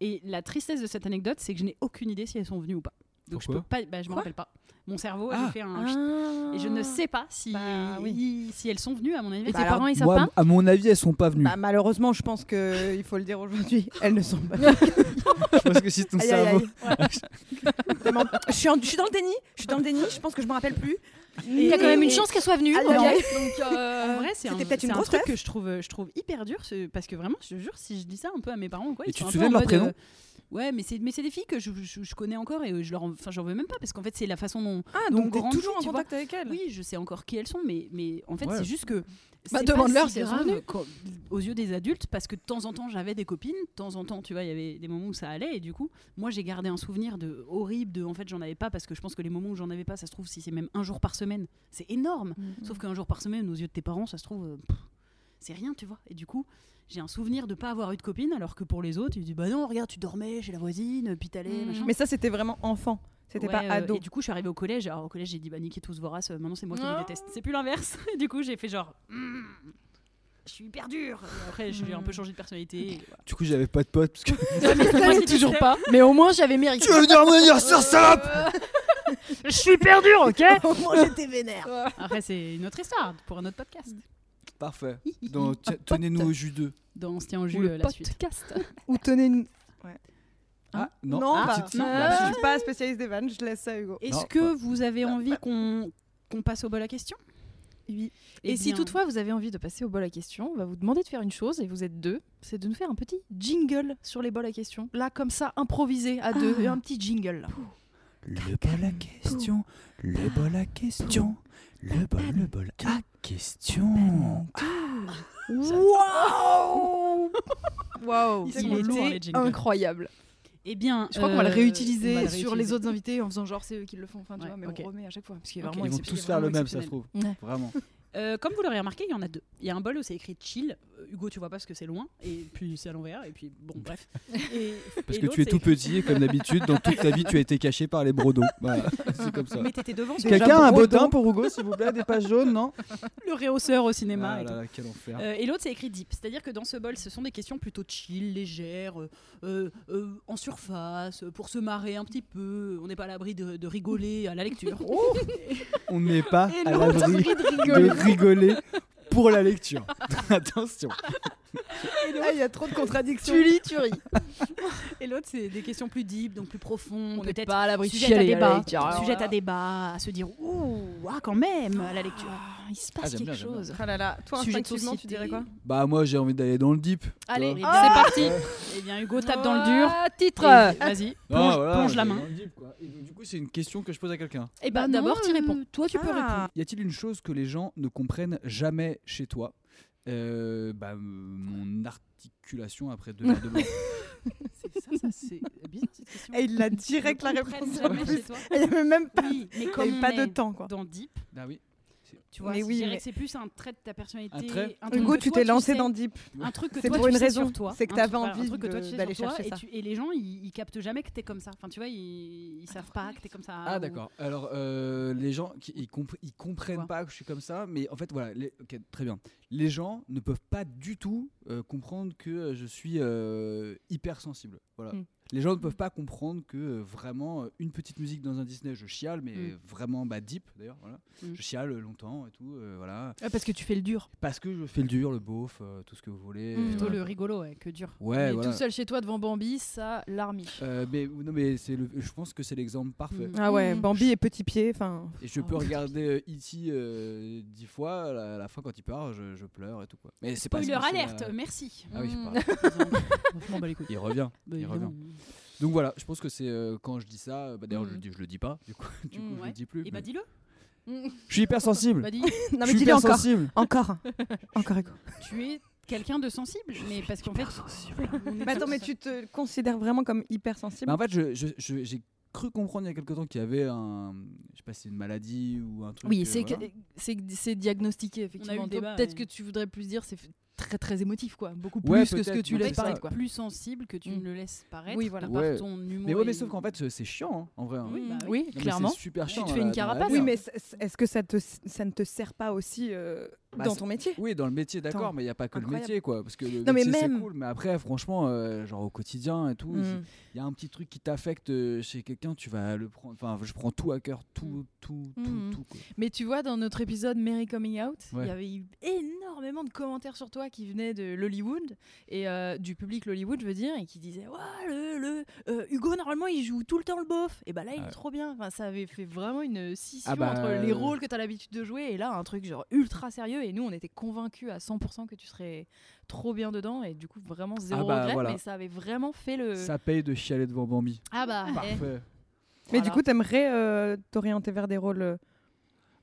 Et la tristesse de cette anecdote, c'est que je n'ai aucune idée si elles sont venues ou pas. Donc Pourquoi je peux pas. bah, je me Quoi rappelle pas. Mon cerveau, Ah. j'ai fait un. Et Ah. je ne sais pas si, Bah oui. si elles sont venues à mon Et anniversaire. Bah, tes alors, parents, ils savent Moi, pas à mon avis, elles sont pas venues. Bah, malheureusement, je pense que il faut le dire aujourd'hui, elles ne sont pas. Parce que si ton Aïe, aïe, cerveau. aïe. Vraiment, je, suis en- je suis dans le déni. Je suis dans le déni. Je pense que je me rappelle plus. Ah, Il y y a quand même une chance qu'elle soit venue. Aïe, aïe, aïe. En vrai, c'est un, C'était peut-être c'est une un grosse truc ref. que je trouve, je trouve hyper dur ce- parce que vraiment, je te jure, si je dis ça un peu à mes parents, ou quoi, Et ils tu sont te un souviens peu de en leur mode, prénom euh, Ouais, mais c'est mais c'est des filles que je, je- je connais encore et euh, je leur, en- enfin, j'en veux même pas parce qu'en fait, c'est la façon dont. Ah, donc donc t'es grande toujours en fille, tu contact avec elles. Oui, je sais encore qui elles sont, mais mais en fait, Ouais. c'est juste que. Bah, c'est pas demande-leur si si elles sont grave venues. quand- aux yeux des adultes parce que de temps en temps j'avais des copines, de temps en temps tu vois il y avait des moments où ça allait et du coup moi j'ai gardé un souvenir de horrible de en fait j'en avais pas parce que je pense que les moments où j'en avais pas ça se trouve si c'est même un jour par semaine c'est énorme Mm-hmm. Sauf qu'un jour par semaine, aux yeux de tes parents, ça se trouve, euh, pff, c'est rien, tu vois. Et du coup, j'ai un souvenir de pas avoir eu de copine, alors que pour les autres, ils disent Bah non, regarde, tu dormais chez la voisine, puis t'allais, Mm. machin. Mais ça, c'était vraiment enfant. C'était Ouais, pas euh, ado. Et du coup, je suis arrivée au collège. Alors, au collège, j'ai dit Bah niquez tous vos races, euh, maintenant c'est moi qui vous Non. déteste. C'est plus l'inverse. Et du coup, j'ai fait genre Hmm, Je suis hyper dure. Et après, j'ai Hmm. un peu changé de personnalité. et voilà. Du coup, j'avais pas de potes. Parce que... Moi, Moi, qui toujours déteste- pas. Mais au moins, j'avais mérité. tu veux venir à mon anniversaire, salope Je suis hyper dure, ok Moi, j'étais vénère. Après, c'est une autre histoire pour un autre podcast. Hmm. Parfait. Donc, tiens, tenez-nous au jus 2. Dans On se tient au Ou jus, euh, le la suite. podcast. Ou tenez une. Ah, non. Non, bah, petite- non, bah, je suis pas spécialiste des vannes. Je laisse ça à Hugo. Est-ce Non, que vous avez envie qu'on qu'on passe au bol à question Oui. Eh Et si bien- toutefois vous avez envie de passer au bol à questions, on va vous demander de faire une chose, et vous êtes deux, c'est de nous faire un petit jingle sur les bols à questions. Là, comme ça, improvisé à deux, Ah. et un petit jingle. là. Le bol à question, le bol à question, le bol, le bol à question. Waouh Waouh Ils sont Il lourds, les était jingles. incroyable. Eh bien, Je crois qu'on va le euh, réutiliser on va le sur réutiliser. les autres invités en faisant genre c'est eux qui le font, enfin tu Ouais, vois, mais ok. on remet à chaque fois. Parce qu'il est Ok. vraiment Ils vont exceptionnel. tous faire le vraiment même, ça se trouve. Ouais. Vraiment. Euh, comme vous l'aurez remarqué, il y en a deux. Il y a un bol où c'est écrit chill. Euh, Hugo, tu vois pas parce que c'est loin. Et puis c'est à l'envers. Et puis bon, bref. Et- Parce et que l'autre, tu es tout c'est- petit et comme d'habitude, dans toute ta vie, tu as été caché par les brodos. Voilà, c'est comme ça. Mais t'étais devant. donc Quelqu'un a un brodo. bottin pour Hugo, s'il vous plaît, des pages jaunes, non Le réhausseur au cinéma. Ah et tout. là là, quel enfer. Euh, et l'autre, c'est écrit deep. C'est-à-dire que dans ce bol, ce sont des questions plutôt chill, légères, euh, euh, euh, en surface, euh, pour se marrer un petit peu. On n'est pas à l'abri de, de rigoler à la lecture. On n'est pas et à l'autre, l'abri de rigoler pour la lecture. Attention. Ah, il y a trop de contradictions. Tu lis, tu ris. Et l'autre, c'est des questions plus deep, donc plus profondes, On n'est peut-être pas à l'abri de sujet à chialer, à la débat, lecture, alors sujet à là. débat, à se dire ouh, ah quand même à la lecture. Ah, il se Ah, passe j'aime quelque bien, j'aime bien. chose. Ah là là, toi, Sujet de instinctivement, tu société. dirais quoi Bah, moi, j'ai envie d'aller dans le deep. tu Allez, eh vois. bien, c'est parti. Eh bien Hugo tape dans le dur. Ah, Et- Titre Vas-y, Ah, plonge, voilà, plonge la j'allais main. dans le deep, quoi. Et donc, du coup, c'est une question que je pose à quelqu'un. Et Bah ben non, d'abord tu euh, réponds. Toi tu peux Ah. répondre. Y a-t-il une chose que les gens ne comprennent jamais chez toi Euh, bah, euh, Mon articulation après deux verres de blanc. C'est ça, ça c'est bizarre cette question. Et il a direct la Ils réponse. comprennent en jamais plus. chez toi. Il n'y avait même pas, Oui, mais il y comme avait on pas de est temps, quoi. dans Deep, Ah oui. tu vois, Mais je oui, dirais mais- que c'est plus un trait de ta personnalité, Un trait truc Hugo, que tu toi, t'es lancé sais. dans Deep. un truc que C'est toi pour tu une sais raison, sur toi c'est que un t'avais truc- voilà, un envie truc que toi de- tu sais d'aller sur toi, chercher et ça. tu- et les gens ils, ils captent jamais que t'es comme ça enfin tu vois ils, ils savent pas que t'es comme ça Ah ou- d'accord. Alors euh, les gens qui ils, compre- ils comprennent Quoi pas que je suis comme ça, mais en fait voilà, les- ok, très bien. Les gens Hmm. ne peuvent pas du tout euh, comprendre que euh, je suis euh, hypersensible. Voilà. Mm. Les gens ne peuvent pas comprendre que euh, vraiment euh, une petite musique dans un Disney, je chiale, mais Mm. vraiment bah deep d'ailleurs. Voilà. Mm. Je chiale longtemps et tout, euh, voilà. Ah, parce que tu fais le dur. Parce que je fais le dur, le beauf, euh, tout ce que vous voulez. Mm. et Hmm. Plutôt voilà. le rigolo, ouais, que dur. Ouais, Mais voilà. tout seul chez toi devant Bambi, ça l'armiche. Euh, mais non, mais c'est le, je pense que c'est l'exemple parfait. Mm. Ah ouais, Mhm. Bambi et Petit Pied, enfin. Et je Oh. peux regarder euh, E.T. euh, dix fois, à la, à la fin quand il part, je, je pleure et tout quoi. Mais c'est pas Spoiler c'est pas- alerte, merci. Ah oui, Mm. pardon. Je m'en bats les couilles. il revient. Bah, il évidemment. revient. Donc voilà, je pense que c'est euh, quand je dis ça, euh, bah, d'ailleurs Mm. je, le dis- je le dis pas, du coup, du coup Mm, je ouais. le dis plus. Et mais- bah dis-le. Mm. Je suis hyper sensible. Bah dis, Non, je mais suis dis-le hyper encore. sensible. Encore. Encore. encore. tu es quelqu'un de sensible, mais parce qu'en fait. Mais attends, mais tu te considères vraiment comme hypersensible Bah, en fait, je- je- je- j'ai cru comprendre il y a quelque temps qu'il y avait un, je sais pas, si c'est une maladie ou un truc. Oui, euh, c'est voilà. que- c'est c'est On a diagnostiqué eu effectivement. le Donc, débat, Peut-être ouais. que tu voudrais plus dire, c'est f- très très émotif quoi, beaucoup plus Ouais, que ce que peut-être, tu mais laisses c'est ça. paraître quoi. Plus sensible que tu Mm. ne le laisses paraître. Oui, voilà. de par Ouais. ton humour. Mais ouais, mais et- sauf qu'en fait, c'est- c'est chiant, hein, en vrai. hein. Oui, bah oui. Mm. Oui, Non, mais clairement. C'est super Tu chiant. te dans fais la- une dans la carapace. vie, Oui, hein. mais c- c- est-ce que ça, te, ça ne te sert pas aussi euh, Bah, dans c'est- ton métier Oui, dans le métier, d'accord, Attends, mais il n'y a pas que le incroyable. métier, quoi. Parce que le Non, mais métier, c'est même- cool. Mais après, franchement, euh, genre au quotidien et tout, il Mm. y a un petit truc qui t'affecte euh, chez quelqu'un, tu vas le prendre. Enfin, je prends tout à cœur, tout, tout, tout, Mm. tout. quoi. Mais tu vois, dans notre épisode Mary Coming Out, il Ouais. y avait eu énormément de commentaires sur toi qui venaient de l'Hollywood, et euh, du public l'Hollywood, je veux dire, et qui disaient Ouah, le, le, euh, Hugo, normalement, il joue tout le temps le beauf. Et bah là, il Ouais. est trop bien. Enfin, ça avait fait vraiment une scission Ah bah, entre les euh, rôles que tu as l'habitude de jouer, et là, un truc genre ultra sérieux. Et nous, on était convaincus à 100% que tu serais trop bien dedans, et du coup, vraiment zéro Ah bah, regret, voilà. mais ça avait vraiment fait le. Ça paye de chialer devant Bambi. Euh. Ah bah, eh. Parfait. Mais du Voilà. coup, t'aimerais euh, t'orienter vers des rôles. euh,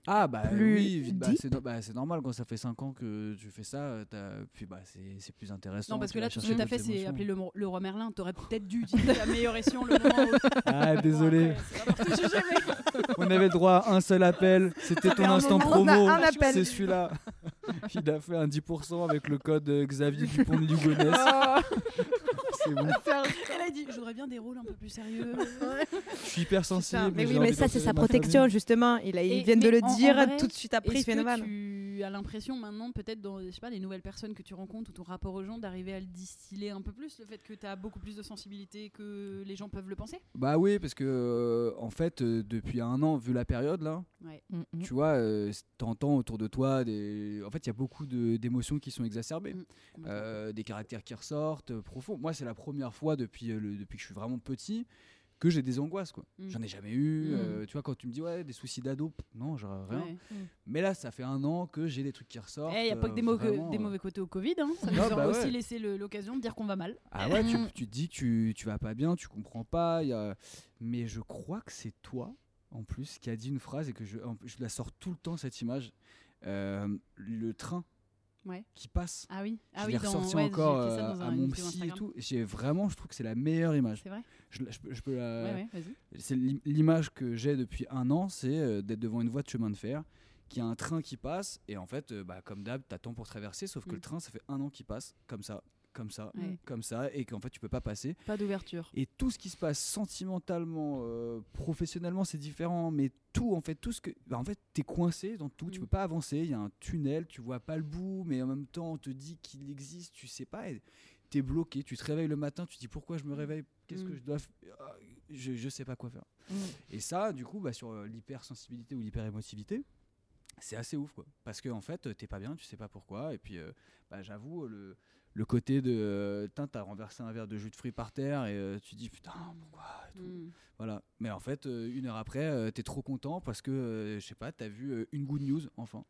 Ah bah Plus oui, vite- bah, deep. c'est no- bah, c'est normal quand ça fait 5 ans que tu fais ça, euh, t'as- puis bah c'est c'est plus intéressant. Non, parce que tu vas là, tout ce que chercher t'as fait, d'autres c'est émotions. appeler le, le roi Merlin. T'aurais peut-être dû utiliser la meilleure escient le moment où- Ah désolé, Ouais, c'est pas pour te juger, mais- on avait le droit à un seul appel, c'était ton fait un instant moment. promo, On a un appel. c'est celui-là. Il a fait un 10% avec le code euh, Xavier Dupont de Ligonnès. c'est bon, Elle a dit, j'aurais bien des rôles un peu plus sérieux. je suis hyper sensible. Putain, mais j'ai oui, envie mais ça, d'enterrer c'est sa ma protection, famille. justement. Il a, ils Et- viennent de mais le en- en dire vrai, tout de suite après, il Est-ce fait une que vanne. tu as l'impression maintenant, peut-être dans je sais pas, les nouvelles personnes que tu rencontres ou ton rapport aux gens, d'arriver à le distiller un peu plus, le fait que tu as beaucoup plus de sensibilité que les gens peuvent le penser Bah oui, parce que euh, en fait, euh, depuis un an, vu la période là, Mm, mm. tu vois, euh, c- t'entends autour de toi des. En fait, il y a beaucoup de- d'émotions qui sont exacerbées. Mm. Euh, des caractères qui ressortent, euh, profonds. Moi, c'est la première fois depuis, euh, le- depuis que je suis vraiment petit que j'ai des angoisses. quoi. Mm. J'en ai jamais eu. Mm. euh, tu vois, quand tu me dis, ouais, des soucis d'ado, pff, non, genre euh, rien. Ouais. Mais là, ça fait un an que j'ai des trucs qui ressortent. Eh, y a pas que des, euh, mau- que- vraiment, des euh. mauvais côtés au Covid. hein. Ça Ah, nous a bah aussi ouais. laissé le- l'occasion de dire qu'on va mal. Ah ouais, tu, Mm. tu te dis, tu, tu vas pas bien, tu comprends pas. y a- Mais je crois que c'est toi, en plus, qui a dit une phrase et que je, en- je la sors tout le temps, cette image. Euh, le train Ouais. qui passe. Ah oui, ah je oui, l'ai dans- ressorti ouais, encore j'ai fait ça euh, dans à un- mon une vidéo psy et Instagram. tout. J'ai vraiment, je trouve que c'est la meilleure image. C'est vrai Je, la- je peux- je peux la- Ouais, ouais, vas-y. C'est l'im- l'image que j'ai depuis un an, c'est euh, d'être devant une voie de chemin de fer, qu'il y a un train qui passe, et en fait, euh, bah, comme d'hab, t'attends pour traverser, sauf que Mm. le train, ça fait un an qu'il passe, comme ça, comme ça, Ouais. comme ça, et qu'en fait, tu peux pas passer. Pas d'ouverture. Et tout ce qui se passe sentimentalement, euh, professionnellement, c'est différent, mais tout, en fait, tout ce que. bah, en fait, t'es coincé dans tout, tu Mm. peux pas avancer, il y a un tunnel, tu vois pas le bout, mais en même temps, on te dit qu'il existe, tu sais pas, et t'es bloqué, tu te réveilles le matin, tu te dis pourquoi je me réveille, qu'est-ce Mm. que je dois. f- Ah, Je, je sais pas quoi faire. Mm. Et ça, du coup, bah, sur euh, l'hypersensibilité ou l'hyperémotivité, c'est assez ouf, quoi. Parce que en fait, euh, t'es pas bien, tu sais pas pourquoi. Et puis, euh, bah, j'avoue, euh, le, le côté de, euh, Tain, t'as renversé un verre de jus de fruits par terre et euh, tu dis putain, pourquoi et tout. Mm. Voilà. Mais en fait, euh, une heure après, euh, t'es trop content parce que, euh, je sais pas, t'as vu euh, une good news, enfin.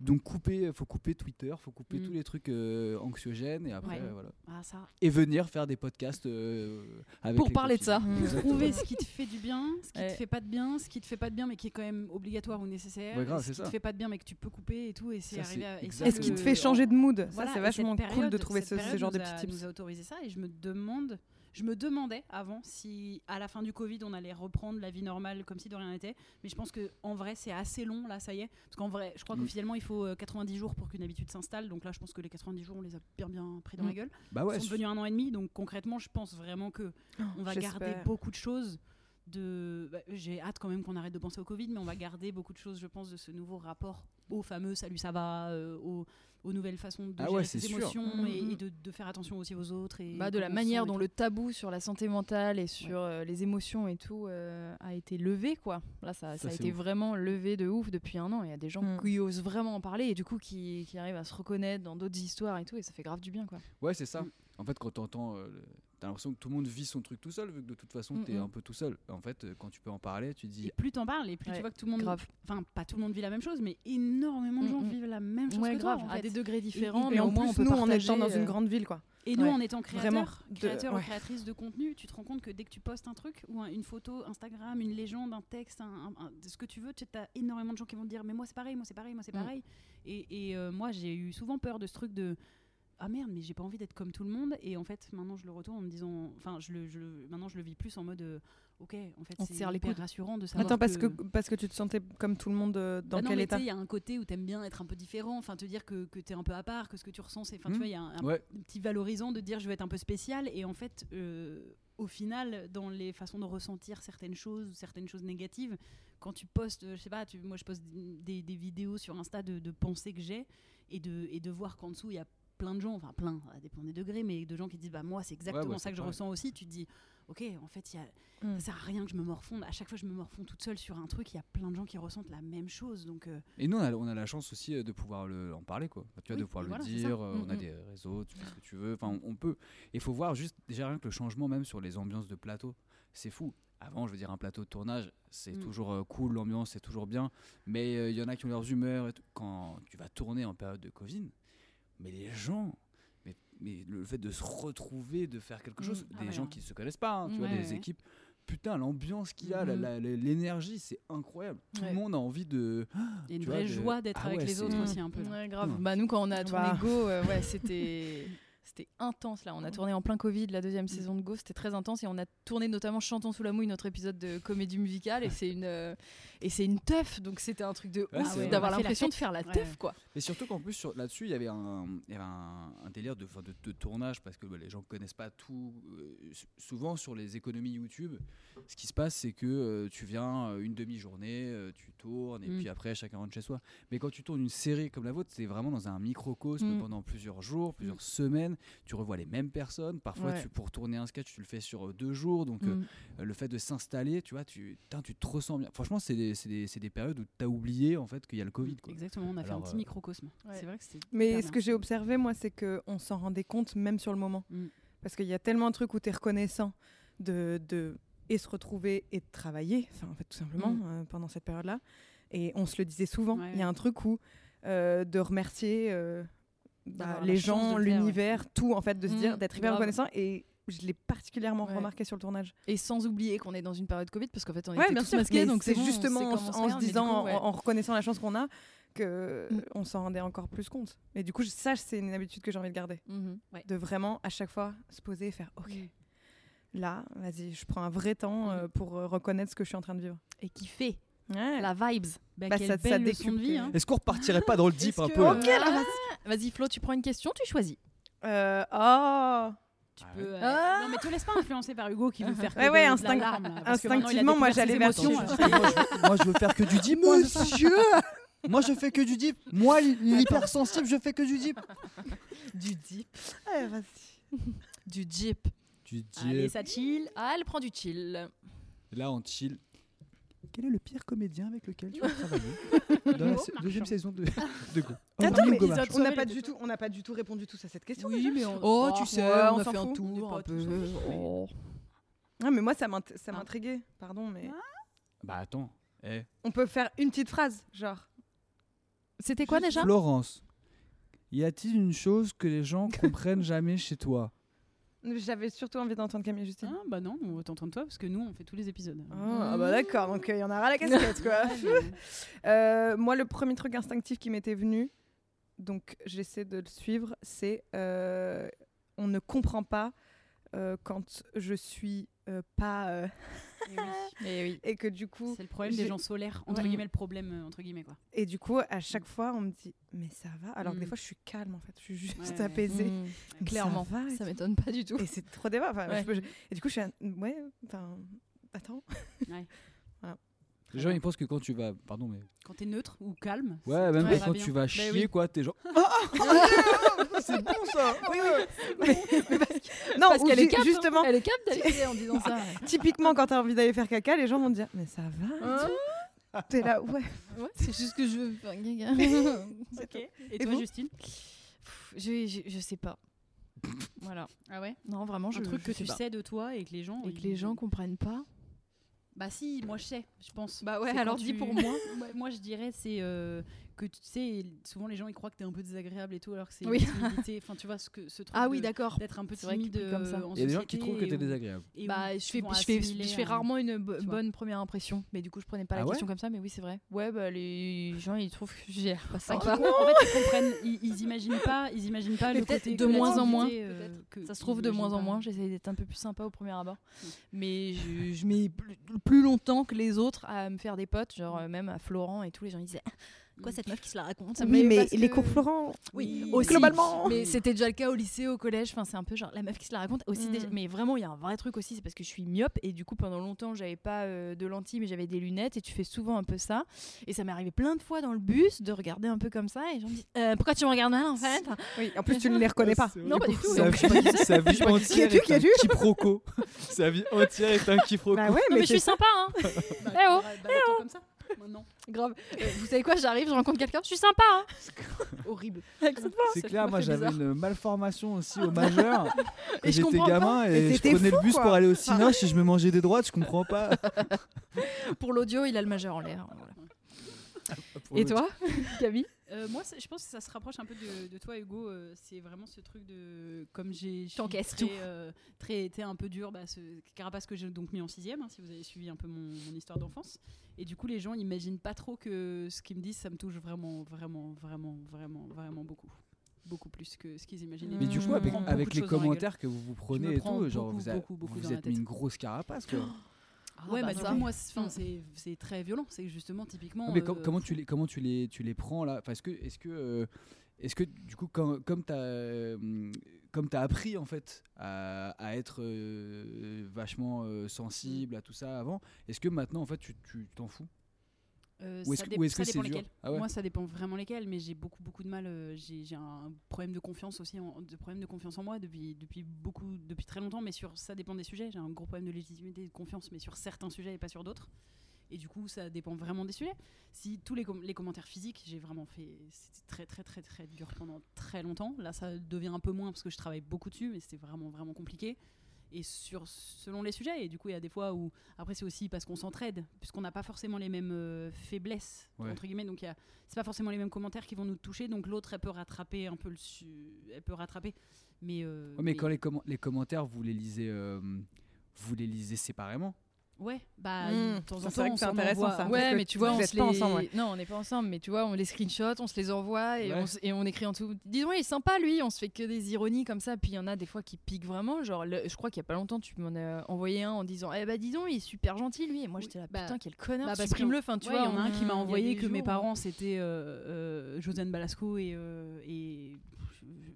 Donc, couper, euh, faut couper Twitter, faut couper Mm. tous les trucs euh, anxiogènes et après, Ouais. euh, voilà. Ah, ça. Et venir faire des podcasts euh, avec Pour les parler de copines. ça. Exactement. Trouver ce qui te fait du bien, ce qui Ouais. te fait pas de bien, ce qui te fait pas de bien, mais qui est quand même obligatoire ou nécessaire. Ouais, grave, et ce c'est qui ça. te fait pas de bien, mais que tu peux couper et tout. Et c'est Ça, arrivé c'est à. et ça, exactement- Est-ce Est-ce le- qui te fait changer de mood Euh, Voilà, Ça, c'est et cette vachement cool de période- trouver cette ce, ce période genre de nous a- petits nous tips. a autorisé ça et je me demande, je me demandais avant si à la fin du Covid on allait reprendre la vie normale comme si de rien n'était, mais je pense que en vrai c'est assez long là, ça y est, parce qu'en vrai, je crois Mm. qu'officiellement il faut euh, 90 jours pour qu'une habitude s'installe, donc là je pense que les 90 jours on les a bien bien pris dans la Mm. gueule, Bah ils ouais, sont su- devenus un an et demi, donc concrètement je pense vraiment que on va garder Oh, J'espère. beaucoup de choses. De... bah, J'ai hâte quand même qu'on arrête de penser au Covid, mais on va garder beaucoup de choses, je pense, de ce nouveau rapport au fameux salut ça va, euh, aux, aux nouvelles façons de Ah gérer ouais, ses c'est sûr. émotions Mhm. et, et de, de faire attention aussi aux autres. Et Bah, de la comment on manière se sent et dont tout. le tabou sur la santé mentale et sur euh, les émotions et tout euh, a été levé, quoi. Là, ça, ça Ça, a c'est été ouf. vraiment levé de ouf depuis un an. Il y a des gens Mm. qui osent vraiment en parler et du coup qui, qui arrivent à se reconnaître dans d'autres histoires et tout, et ça fait grave du bien, quoi. Ouais, c'est ça. Mm. En fait, quand t'entends, euh, le- t'as l'impression que tout le monde vit son truc tout seul, vu que de toute façon, Mm, t'es mm. un peu tout seul. En fait, euh, quand tu peux en parler, tu dis. Et plus t'en parles, et plus Ouais, tu vois que tout le monde. grave. Enfin, pas tout le monde vit la même chose, mais énormément de gens Mhm. vivent la même chose Ouais, que grave, toi. en à fait. des degrés différents, et- mais et au en moins plus, on peut nous, on partager, étant dans euh, une grande ville, quoi. Et nous, Ouais. en étant créateur, Vraiment, de- créateur ou ouais. créatrice de contenu, tu te rends compte que dès que tu postes un truc ou un- une photo Instagram, une légende, un texte, un, un- un- ce que tu veux, tu as énormément de gens qui vont te dire Mais moi, c'est pareil, moi, c'est pareil, moi, c'est pareil. Et, et, euh, moi, j'ai eu souvent peur de ce truc de. Ah merde, mais j'ai pas envie d'être comme tout le monde. Et en fait, maintenant, je le retourne en me disant. Enfin, je le, je le- maintenant, je le vis plus en mode. euh, ok, en fait, On te c'est serre les hyper coudes. rassurant de savoir. Attends, parce que... parce que tu te sentais comme tout le monde euh, dans Bah non, quel mais tu état sais, il y a un côté où t'aimes bien être un peu différent, enfin te dire que, que t'es un peu à part, que ce que tu ressens, c'est. Enfin, Hmm. tu vois, il y a un, un Ouais, petit valorisant de dire je vais être un peu spécial et en fait euh, au final dans les façons de ressentir certaines choses ou certaines choses négatives quand tu postes euh, je sais pas tu, moi je poste des, des vidéos sur Insta de, de pensées que j'ai et de, et de voir qu'en dessous il y a plein de gens enfin plein ça dépend des degrés mais de gens qui disent bah moi c'est exactement ouais, ça c'est que je pareil. ressens aussi tu te dis ok en fait il y a Mm. ça sert à rien que je me morfonde à chaque fois je me morfonds toute seule sur un truc il y a plein de gens qui ressentent la même chose donc euh, et nous on a, on a la chance aussi euh, de pouvoir le, en parler quoi. Enfin, tu vois, Oui, de pouvoir et le voilà, c'est ça. dire, euh, on a Mm, des réseaux, tu fais ce que tu veux, enfin on, on peut. Il faut voir juste déjà rien que le changement même sur les ambiances de plateau, c'est fou. Avant, je veux dire, un plateau de tournage, c'est Mm. toujours euh, cool, l'ambiance, c'est toujours bien, mais euh, il y en a qui ont leurs humeurs. Et tout. Quand tu vas tourner en période de Covid, mais les gens, mais, mais le fait de se retrouver, de faire quelque chose, Mm. Ah des ouais, gens ouais. qui se connaissent pas, hein, tu Mm, vois, ouais, Mm. des ouais. équipes, putain, l'ambiance qu'il y a, la- Mhm. la- l'énergie, c'est incroyable. Tout Ouais. le monde a envie de. il y a une Ah, Tu vraie vois, de- joie d'être Ah avec ouais, les c'est- autres Mm. aussi un peu Ouais, grave. Mm. Bah, nous, quand on a tourné Bah. Go, euh, ouais, c'était. C'était intense là, on Mm. a tourné en plein Covid la deuxième saison de Go, c'était très intense et on a tourné notamment Chantons sous la mouille notre épisode de comédie musicale et c'est une euh, et c'est une teuf donc c'était un truc de Ouais, ouf c'est vrai. d'avoir On a fait la l'impression de fête. faire la Ouais, teuf ouais. quoi. Et surtout qu'en plus sur- là-dessus, il y avait un, il y avait un, un délire de, enfin, de, de tournage parce que bah, les gens connaissent pas tout. euh, s- souvent sur les économies YouTube, ce qui se passe, c'est que euh, tu viens euh, une demi-journée, euh, tu tournes et Mm. puis après chacun rentre chez soi. Mais quand tu tournes une série comme la vôtre, c'est vraiment dans un microcosme Mm. pendant plusieurs jours, plusieurs semaines. Tu revois les mêmes personnes. Parfois, Ouais. tu, pour tourner un sketch, tu le fais sur euh, deux jours. Donc euh, Mm. euh, le fait de s'installer, tu vois, tu, putain, tu te ressens bien. Franchement, c'est des, c'est des, c'est des périodes où tu as oublié en fait qu'il y a le Covid. Mm. Quoi. exactement on a fait un Alors, petit euh, microcosme Ouais. c'est vrai que c'est Mais hyper ce bien. que j'ai observé, moi, c'est qu'on s'en rendait compte même sur le moment. Mm. Parce qu'il y a tellement de trucs où tu es reconnaissant de, de et se retrouver et de travailler, enfin, en fait, tout simplement, Mm. euh, pendant cette période-là. Et on se le disait souvent. Il Ouais, y a ouais. un truc où euh, de remercier euh, bah, D'avoir la les chance de gens, le faire, ouais. l'univers, tout, en fait, de se Mm, dire, d'être hyper grave. reconnaissant. Et je l'ai particulièrement Ouais. remarqué sur le tournage. Et sans oublier qu'on est dans une période Covid parce qu'en fait on Ouais, était bien tous sûr, masqués mais donc c'est bon, on justement sait en, comment se- on se en regarde, se mais du disant, coup, ouais. en, en reconnaissant la chance qu'on a, que Mm. on s'en rendait encore plus compte. Et du coup, je- ça, c'est une habitude que j'ai envie de garder. Mhm. de vraiment à chaque fois se poser et faire ok là vas-y je prends un vrai temps euh, pour euh, reconnaître ce que je suis en train de vivre et kiffer ouais. la vibes. Bah, Bah, quelle ça- euh, ça belle leçon de décuple. vie. Hein. Est-ce qu'on repartirait pas dans le deep Est-ce un que- peu là Ok, là, Vas-y Flo, tu prends une question, tu choisis. Euh, oh Tu Ah peux, euh, Ah Non, mais te laisse pas influencer par Hugo qui veut faire que Ouais, de- ouais, de instinct- l'alarme, là, parce que maintenant, il a instinctivement, moi, découvert ses j'allais vers émotions, Attention, là. moi, je veux, faire que du deep, monsieur Moi, je fais que du deep. Moi, l'hypersensible, je fais que du deep. Du deep, Ouais, vas-y. du jeep. Du Allez, deep. ça chill. Ah, elle prend du chill. Là, on chill. Quel est le pire comédien avec lequel tu as travaillé dans la Hugo se- Marchand. deuxième saison de, de Go Attends, Hormis mais Hugo on n'a Marchand. pas du tout on n'a pas du tout répondu tous à cette question déjà. mais Oh, tu sais, ouais, on, on a s'en fait un fout, on tour est un pas peu. tous ensemble. Oh. non mais moi ça m'int- Ah. ça m'intriguait pardon mais Bah attends. Eh, on peut faire une petite phrase genre C'était quoi déjà Florence, y a-t-il une chose que les gens comprennent jamais chez toi j'avais surtout envie d'entendre Camille et Justine Ah, bah non, on va t'entendre toi parce que nous on fait tous les épisodes. Ah, bah Ah, ah bah d'accord, donc il y en a ras la casquette quoi. Euh, moi, le premier truc instinctif qui m'était venu, donc j'essaie de le suivre, c'est euh, on ne comprend pas euh, quand je suis euh, pas euh, Eh oui. et que du coup C'est le problème des J'ai- gens solaires, entre Ouais. guillemets, le problème, euh, entre guillemets, quoi. et du coup à chaque fois on me dit mais ça va alors que des Mm. fois je suis calme en fait, je suis juste Ouais, ouais. apaisée. Mm. Mais Clairement, ça va, et ça tout. m'étonne pas du tout. et c'est trop débat. enfin, Ouais. je peux- je- Et du coup je suis un- ouais, enfin attends. Ouais. Voilà. Les gens, ils pensent que quand tu vas. Pardon, mais. Quand t'es neutre ou calme. Ouais, même très quand bien. tu vas Bah chier, oui. quoi, t'es genre. C'est bon ça Oui, oui. Non, Parce ou qu'elle est ju- cap, hein. justement, Elle est cap d'aller en disant ça. typiquement, quand t'as envie d'aller faire caca, les gens vont te dire Mais ça va T'es là, ouais. Ouais, c'est juste que je veux faire gaga. Ok. Et, Et toi, vous Justine Pff, je, je, je sais pas. Voilà. Ah ouais Non, vraiment, je Un truc je que tu pas. sais de toi et que les gens. Et que les gens comprennent pas. Bah si, moi je sais, je pense. Bah ouais, C'est alors quand dis tu- pour moi. Ouais, moi je dirais c'est euh, que tu sais, souvent les gens ils croient que t'es un peu désagréable et tout alors que c'est Oui. une timidité. Enfin tu vois ce que ce truc. Ah oui, de- d'accord. D'être un peu C'est vrai que timide pris comme ça. euh, en Il y a des gens qui société trouvent que et t'es où- désagréable. et où Bah, je fais, vont je fais, assimiler je fais un- rarement une bo- tu vois. bonne première impression, mais du coup je prenais pas la Ah ouais question comme ça, mais oui c'est vrai. Bah, Ouais, bah les gens ils trouvent que j'ai l'air pas Enfin, sympa. qu'ils- en fait, ils comprennent, ils, ils imaginent pas, ils imaginent pas le Peut-être côté de moins en moins, créativité, euh, que Ça se ils trouve de moins en imaginent pas. moins, j'essaie d'être un peu plus sympa au premier abord. Mais je, je mets plus, plus longtemps que les autres à me faire des potes, genre euh, même à Florent et tout, les gens ils disaient ah, Mm. Quoi cette meuf qui se la raconte Oui, mais parce les que- cours Florent, Oui, Oui, aussi. globalement. Mais c'était déjà le cas au lycée, au collège. Enfin, c'est un peu genre la meuf qui se la raconte. Aussi, Mm. déjà- mais vraiment, il y a un vrai truc aussi. C'est parce que je suis myope et du coup, pendant longtemps, j'avais pas euh, de lentilles, mais j'avais des lunettes. Et tu fais souvent un peu ça. Et ça m'est arrivé plein de fois dans le bus de regarder un peu comme ça. Et les gens me disent Euh, pourquoi tu me regardes mal en fait Oui, en plus, tu ne les reconnais pas. C'est Non, vrai. pas du tout. Sa Non, vie, pas du tout. sa vie Qui entière es-tu, est qui un es-tu quiproquo. Sa vie entière est un quiproquo. Bah ouais, Non mais je suis c'est- sympa. Hein. Bah, Eh oh, bah, bah, attends, comme ça. Maintenant. Grave. Euh, vous savez quoi J'arrive, je rencontre quelqu'un. Je suis sympa. Hein. Horrible. C'est Ça clair, m'a moi fait j'avais bizarre. une malformation aussi au majeur. Et Et je j'étais comprends gamin Mais et je t'étais prenais le fou, bus quoi. pour aller au cinoche et je me mangeais des droites, je comprends pas. Pour l'audio, il a le majeur en l'air. hein, voilà. Et toi, Camille Euh, moi, c'est- je pense que ça se rapproche un peu de, de toi, Hugo. euh, c'est vraiment ce truc de. Comme j'ai. je suis T'encaisses très, tout. euh, très, été un peu dur, bah, ce carapace que j'ai donc mis en sixième, hein, si vous avez suivi un peu mon, mon histoire d'enfance. Et du coup, les gens imaginent pas trop que ce qu'ils me disent, ça me touche vraiment, vraiment, vraiment, vraiment, vraiment beaucoup. Beaucoup plus que ce qu'ils imaginaient. Mais du Mmh. Je coup, me avec, prends beaucoup avec de les choses dans la gueule. commentaires que vous vous prenez et tout, prends genre beaucoup, vous, a- beaucoup, beaucoup vous dans la êtes mis tête. une grosse carapace quoi. ouais, bah, bah, du ça. coup, moi, c'est, 'fin, Mm. c'est, c'est très violent. C'est justement, typiquement. Ah, mais com- euh, comment tu les comment tu les tu les prends là Enfin, est-ce que est-ce que euh, est-ce que du coup quand- comme t'as euh, comme t'as appris en fait à, à être euh, vachement euh, sensible à tout ça avant, est-ce que maintenant en fait tu tu t'en fous Euh, Ou ça est-ce que- dé- ou est-ce ça que c'est dépend dur lesquels. Ah ouais. Moi, ça dépend vraiment lesquels, mais j'ai beaucoup, beaucoup de mal. euh, j'ai j'ai un problème de confiance aussi, en, de problème de confiance en moi depuis, depuis beaucoup, depuis très longtemps. Mais sur ça dépend des sujets. J'ai un gros problème de légitimité, de confiance, mais sur certains sujets et pas sur d'autres. Et du coup, ça dépend vraiment des sujets. Si tous les, com- les commentaires physiques, j'ai vraiment fait, c'était très, très, très, très dur pendant très longtemps. Là, ça devient un peu moins parce que je travaille beaucoup dessus, mais c'était vraiment, vraiment compliqué. Et sur selon les sujets. Et du coup, il y a des fois où après, c'est aussi parce qu'on s'entraide, puisqu'on n'a pas forcément les mêmes euh, faiblesses, Ouais. entre guillemets. Donc, il y a- c'est pas forcément les mêmes commentaires qui vont nous toucher. Donc, l'autre, elle peut rattraper un peu le. Su... Elle peut rattraper. Mais. euh, Ouais, mais, quand les, commen- les commentaires, vous les lisez, euh, vous les lisez séparément. Ouais, bah, Mm. de temps en Ça, temps, c'est vrai que on c'est s'en intéressant, envoie. ça. Ouais. Parce Ouais, que mais tu vois, vous on êtes se les... pas ensemble, ouais. Non, on n'est pas ensemble, mais tu vois, on les screenshots, on se les envoie et, Ouais. on, s- et on écrit en tout. Dis donc, il est sympa lui, on se fait que des ironies comme ça. Puis il y en a des fois qui piquent vraiment. Genre, le- je crois qu'il y a pas longtemps, tu m'en as envoyé un en disant Eh bah, dis donc, il est super gentil lui. Et moi, Oui, j'étais là, bah, putain, quel connard, bah, parce supprime-le. Enfin, tu Ouais, vois, il y en a Hmm, un qui m'a on- il y envoyé a des que mes jours où- hein. parents, c'était euh, euh, Josiane Balasco et, euh, et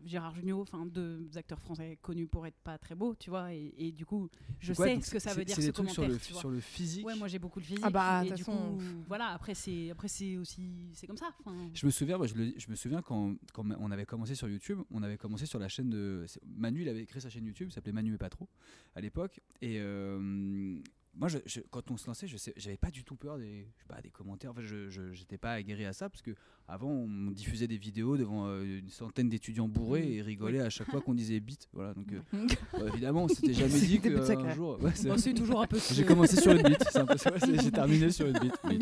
Gérard Jugnot, enfin, deux acteurs français connus pour être pas très beaux, tu vois. Et, et du coup, je Donc, ouais, sais donc ce que ça c'est- veut dire, C'est ce des trucs sur commentaire. le, tu vois. sur le physique. Ouais, moi j'ai beaucoup le physique. Ah bah, et de du toute façon, coup, voilà, après c'est après c'est aussi c'est comme ça. Mm. enfin. je me souviens, moi, je, le- je me souviens quand, quand on avait commencé sur YouTube, on avait commencé sur la chaîne de c'est- Manu, il avait créé sa chaîne YouTube, ça s'appelait Manu et pas trop à l'époque. Et euh, moi, je- je- quand on se lançait, je sais- j'avais pas du tout peur des, je sais pas, des commentaires. Enfin, je je- j'étais pas aguerri à ça parce que avant, on diffusait des vidéos devant euh, une centaine d'étudiants Mm. bourrés et rigolaient à chaque fois qu'on disait bit. Voilà, donc euh, bah, évidemment, on s'était jamais dit C'était plus qu'un sacré. jour. ouais, c'est- Bon, c'est toujours un peu. j'ai commencé sur une bite, c'est un peu ça, c'est- j'ai terminé sur une bite. oui.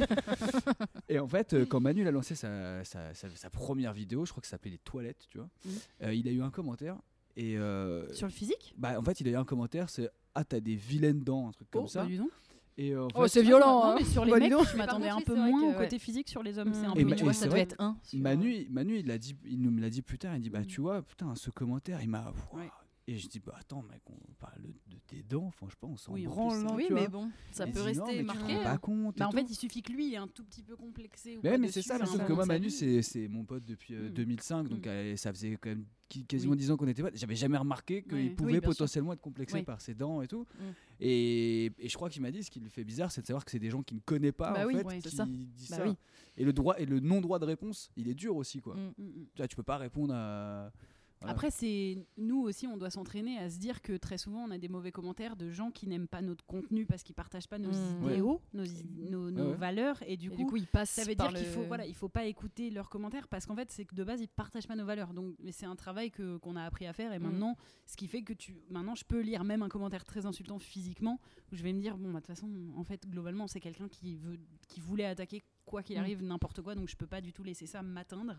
Et en fait, euh, quand Manu a lancé sa, sa- sa- sa première vidéo, je crois que ça s'appelait Les Toilettes, tu vois, Mmh. Mhm. euh, il a eu un commentaire. Et euh, Sur le physique bah, en fait, il a eu un commentaire c'est Ah, t'as des vilaines dents, un truc comme ça. Et euh, en bah, Oh, fait, c'est violent. Non, hein. mais sur les Bah, dis mecs, donc. je Mais par m'attendais un contre, oui, peu c'est vrai moins au que, ouais. côté physique sur les Mmh. hommes. C'est un Et Eh peu. bah, tu vois, et ça c'est doit vrai être un. sur- Mmh. Manu, Manu, il, a dit, il nous me l'a dit plus tard. Il dit Bah, tu vois, putain, ce commentaire, il m'a. Ouah. Ouais. Et je dis, bah attends, mec, on parle de tes dents, franchement, on s'en Oui, en branle. plus, hein, Oui, tu mais vois. bon, ça Elle peut dit, non, mais rester tu te marqué. hein. rends pas compte. et Bah, en tout. fait, il suffit que lui il est un tout petit peu complexé. Ou Mais, pas ouais, mais c'est dessus, ça, à mais un sauf que moment moi, de hein. sa Manu, vie. c'est c'est mon pote depuis euh, Mm. 2005, donc Mm. euh, ça faisait quand même qui- quasiment Oui. 10 ans qu'on était potes. J'avais jamais remarqué qu'il Ouais. Oui, pouvait bien sûr. potentiellement être complexé Oui. par ses dents et tout. Mm. Et, et je crois qu'il m'a dit ce qui lui fait bizarre, c'est de savoir que c'est des gens qu'il ne connaît pas, Bah en oui, fait, ouais, c'est qui ça. disent Bah ça. oui. Et le, droit, et le non-droit de réponse, il est dur aussi, quoi. Mm. Mm, mm. Tu vois, tu peux pas répondre à. Voilà. Après, c'est nous aussi, on doit s'entraîner à se dire que très souvent, on a des mauvais commentaires de gens qui n'aiment pas notre contenu parce qu'ils partagent pas nos Mmh. Mm. idéaux, nos, i- nos, nos ouais. valeurs, et du Et coup, Du coup, il passe. ça veut par dire qu'il le- faut, voilà, il faut pas écouter leurs commentaires parce qu'en fait, c'est que de base, ils partagent pas nos valeurs. Donc, mais c'est un travail que qu'on a appris à faire, et Mm. maintenant, ce qui fait que tu, maintenant, je peux lire même un commentaire très insultant physiquement où je vais me dire, bon, bah, de toute façon, en fait, globalement, c'est quelqu'un qui veut, qui voulait attaquer quoi qu'il Mm. arrive, n'importe quoi, donc je peux pas du tout laisser ça m'atteindre.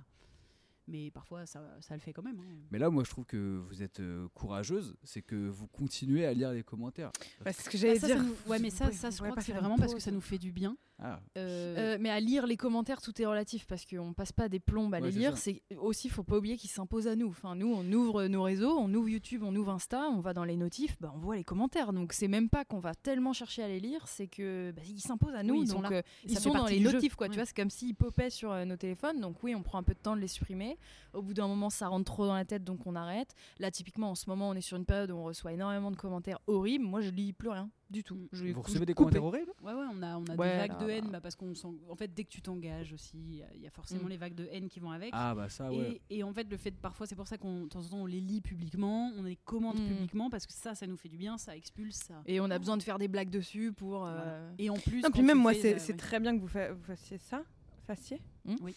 Mais parfois, ça, ça le fait quand même. hein. Mais là, moi, je trouve que vous êtes euh, courageuse, c'est que vous continuez à lire les commentaires. Bah, c'est ce que j'allais hein. Ah, Ça, ça dire. nous- Ouais, mais ça, ça je crois que c'est vraiment parce que ça nous fait du bien. Ah, Euh, Euh, mais à lire les commentaires, tout est relatif parce qu'on passe pas des plombes à Ouais, les c'est lire. ça. C'est aussi, faut pas oublier qu'ils s'imposent à nous. Enfin, nous, on ouvre nos réseaux, on ouvre YouTube, on ouvre Insta, on va dans les notifs, bah, on voit les commentaires. Donc c'est même pas qu'on va tellement chercher à les lire, c'est que bah, ils s'imposent à nous. ils donc, sont là. euh, Et ils ça fait sont dans partie les du jeu. notifs, quoi. Tu Ouais. vois, c'est comme s'ils popaient sur euh, nos téléphones. Donc oui, on prend un peu de temps de les supprimer. Au bout d'un moment, ça rentre trop dans la tête, donc on arrête. Là, typiquement, en ce moment, on est sur une période où on reçoit énormément de commentaires horribles. Moi, je lis plus rien du tout. Mm. Je vous recevez des commentaires commentaires horribles ouais, ouais, on a, on a des Ouais, vagues là, de haine là. bah, parce qu'on s'en- en fait, dès que tu t'engages aussi, il y a forcément Mm. les vagues de haine qui vont avec. Ah, bah ça, ouais. Et, et en fait, le fait de- parfois, c'est pour ça qu'on de temps en temps, on les lit publiquement, on les commente Mm. publiquement parce que ça, ça nous fait du bien, ça expulse ça. Et on a besoin de faire des blagues dessus pour. Voilà. euh, Et en plus, Non, quand puis même tu moi, fais, c'est euh, c'est ouais. très bien que vous, fa- vous fassiez ça, fassiez. Hmm. Oui.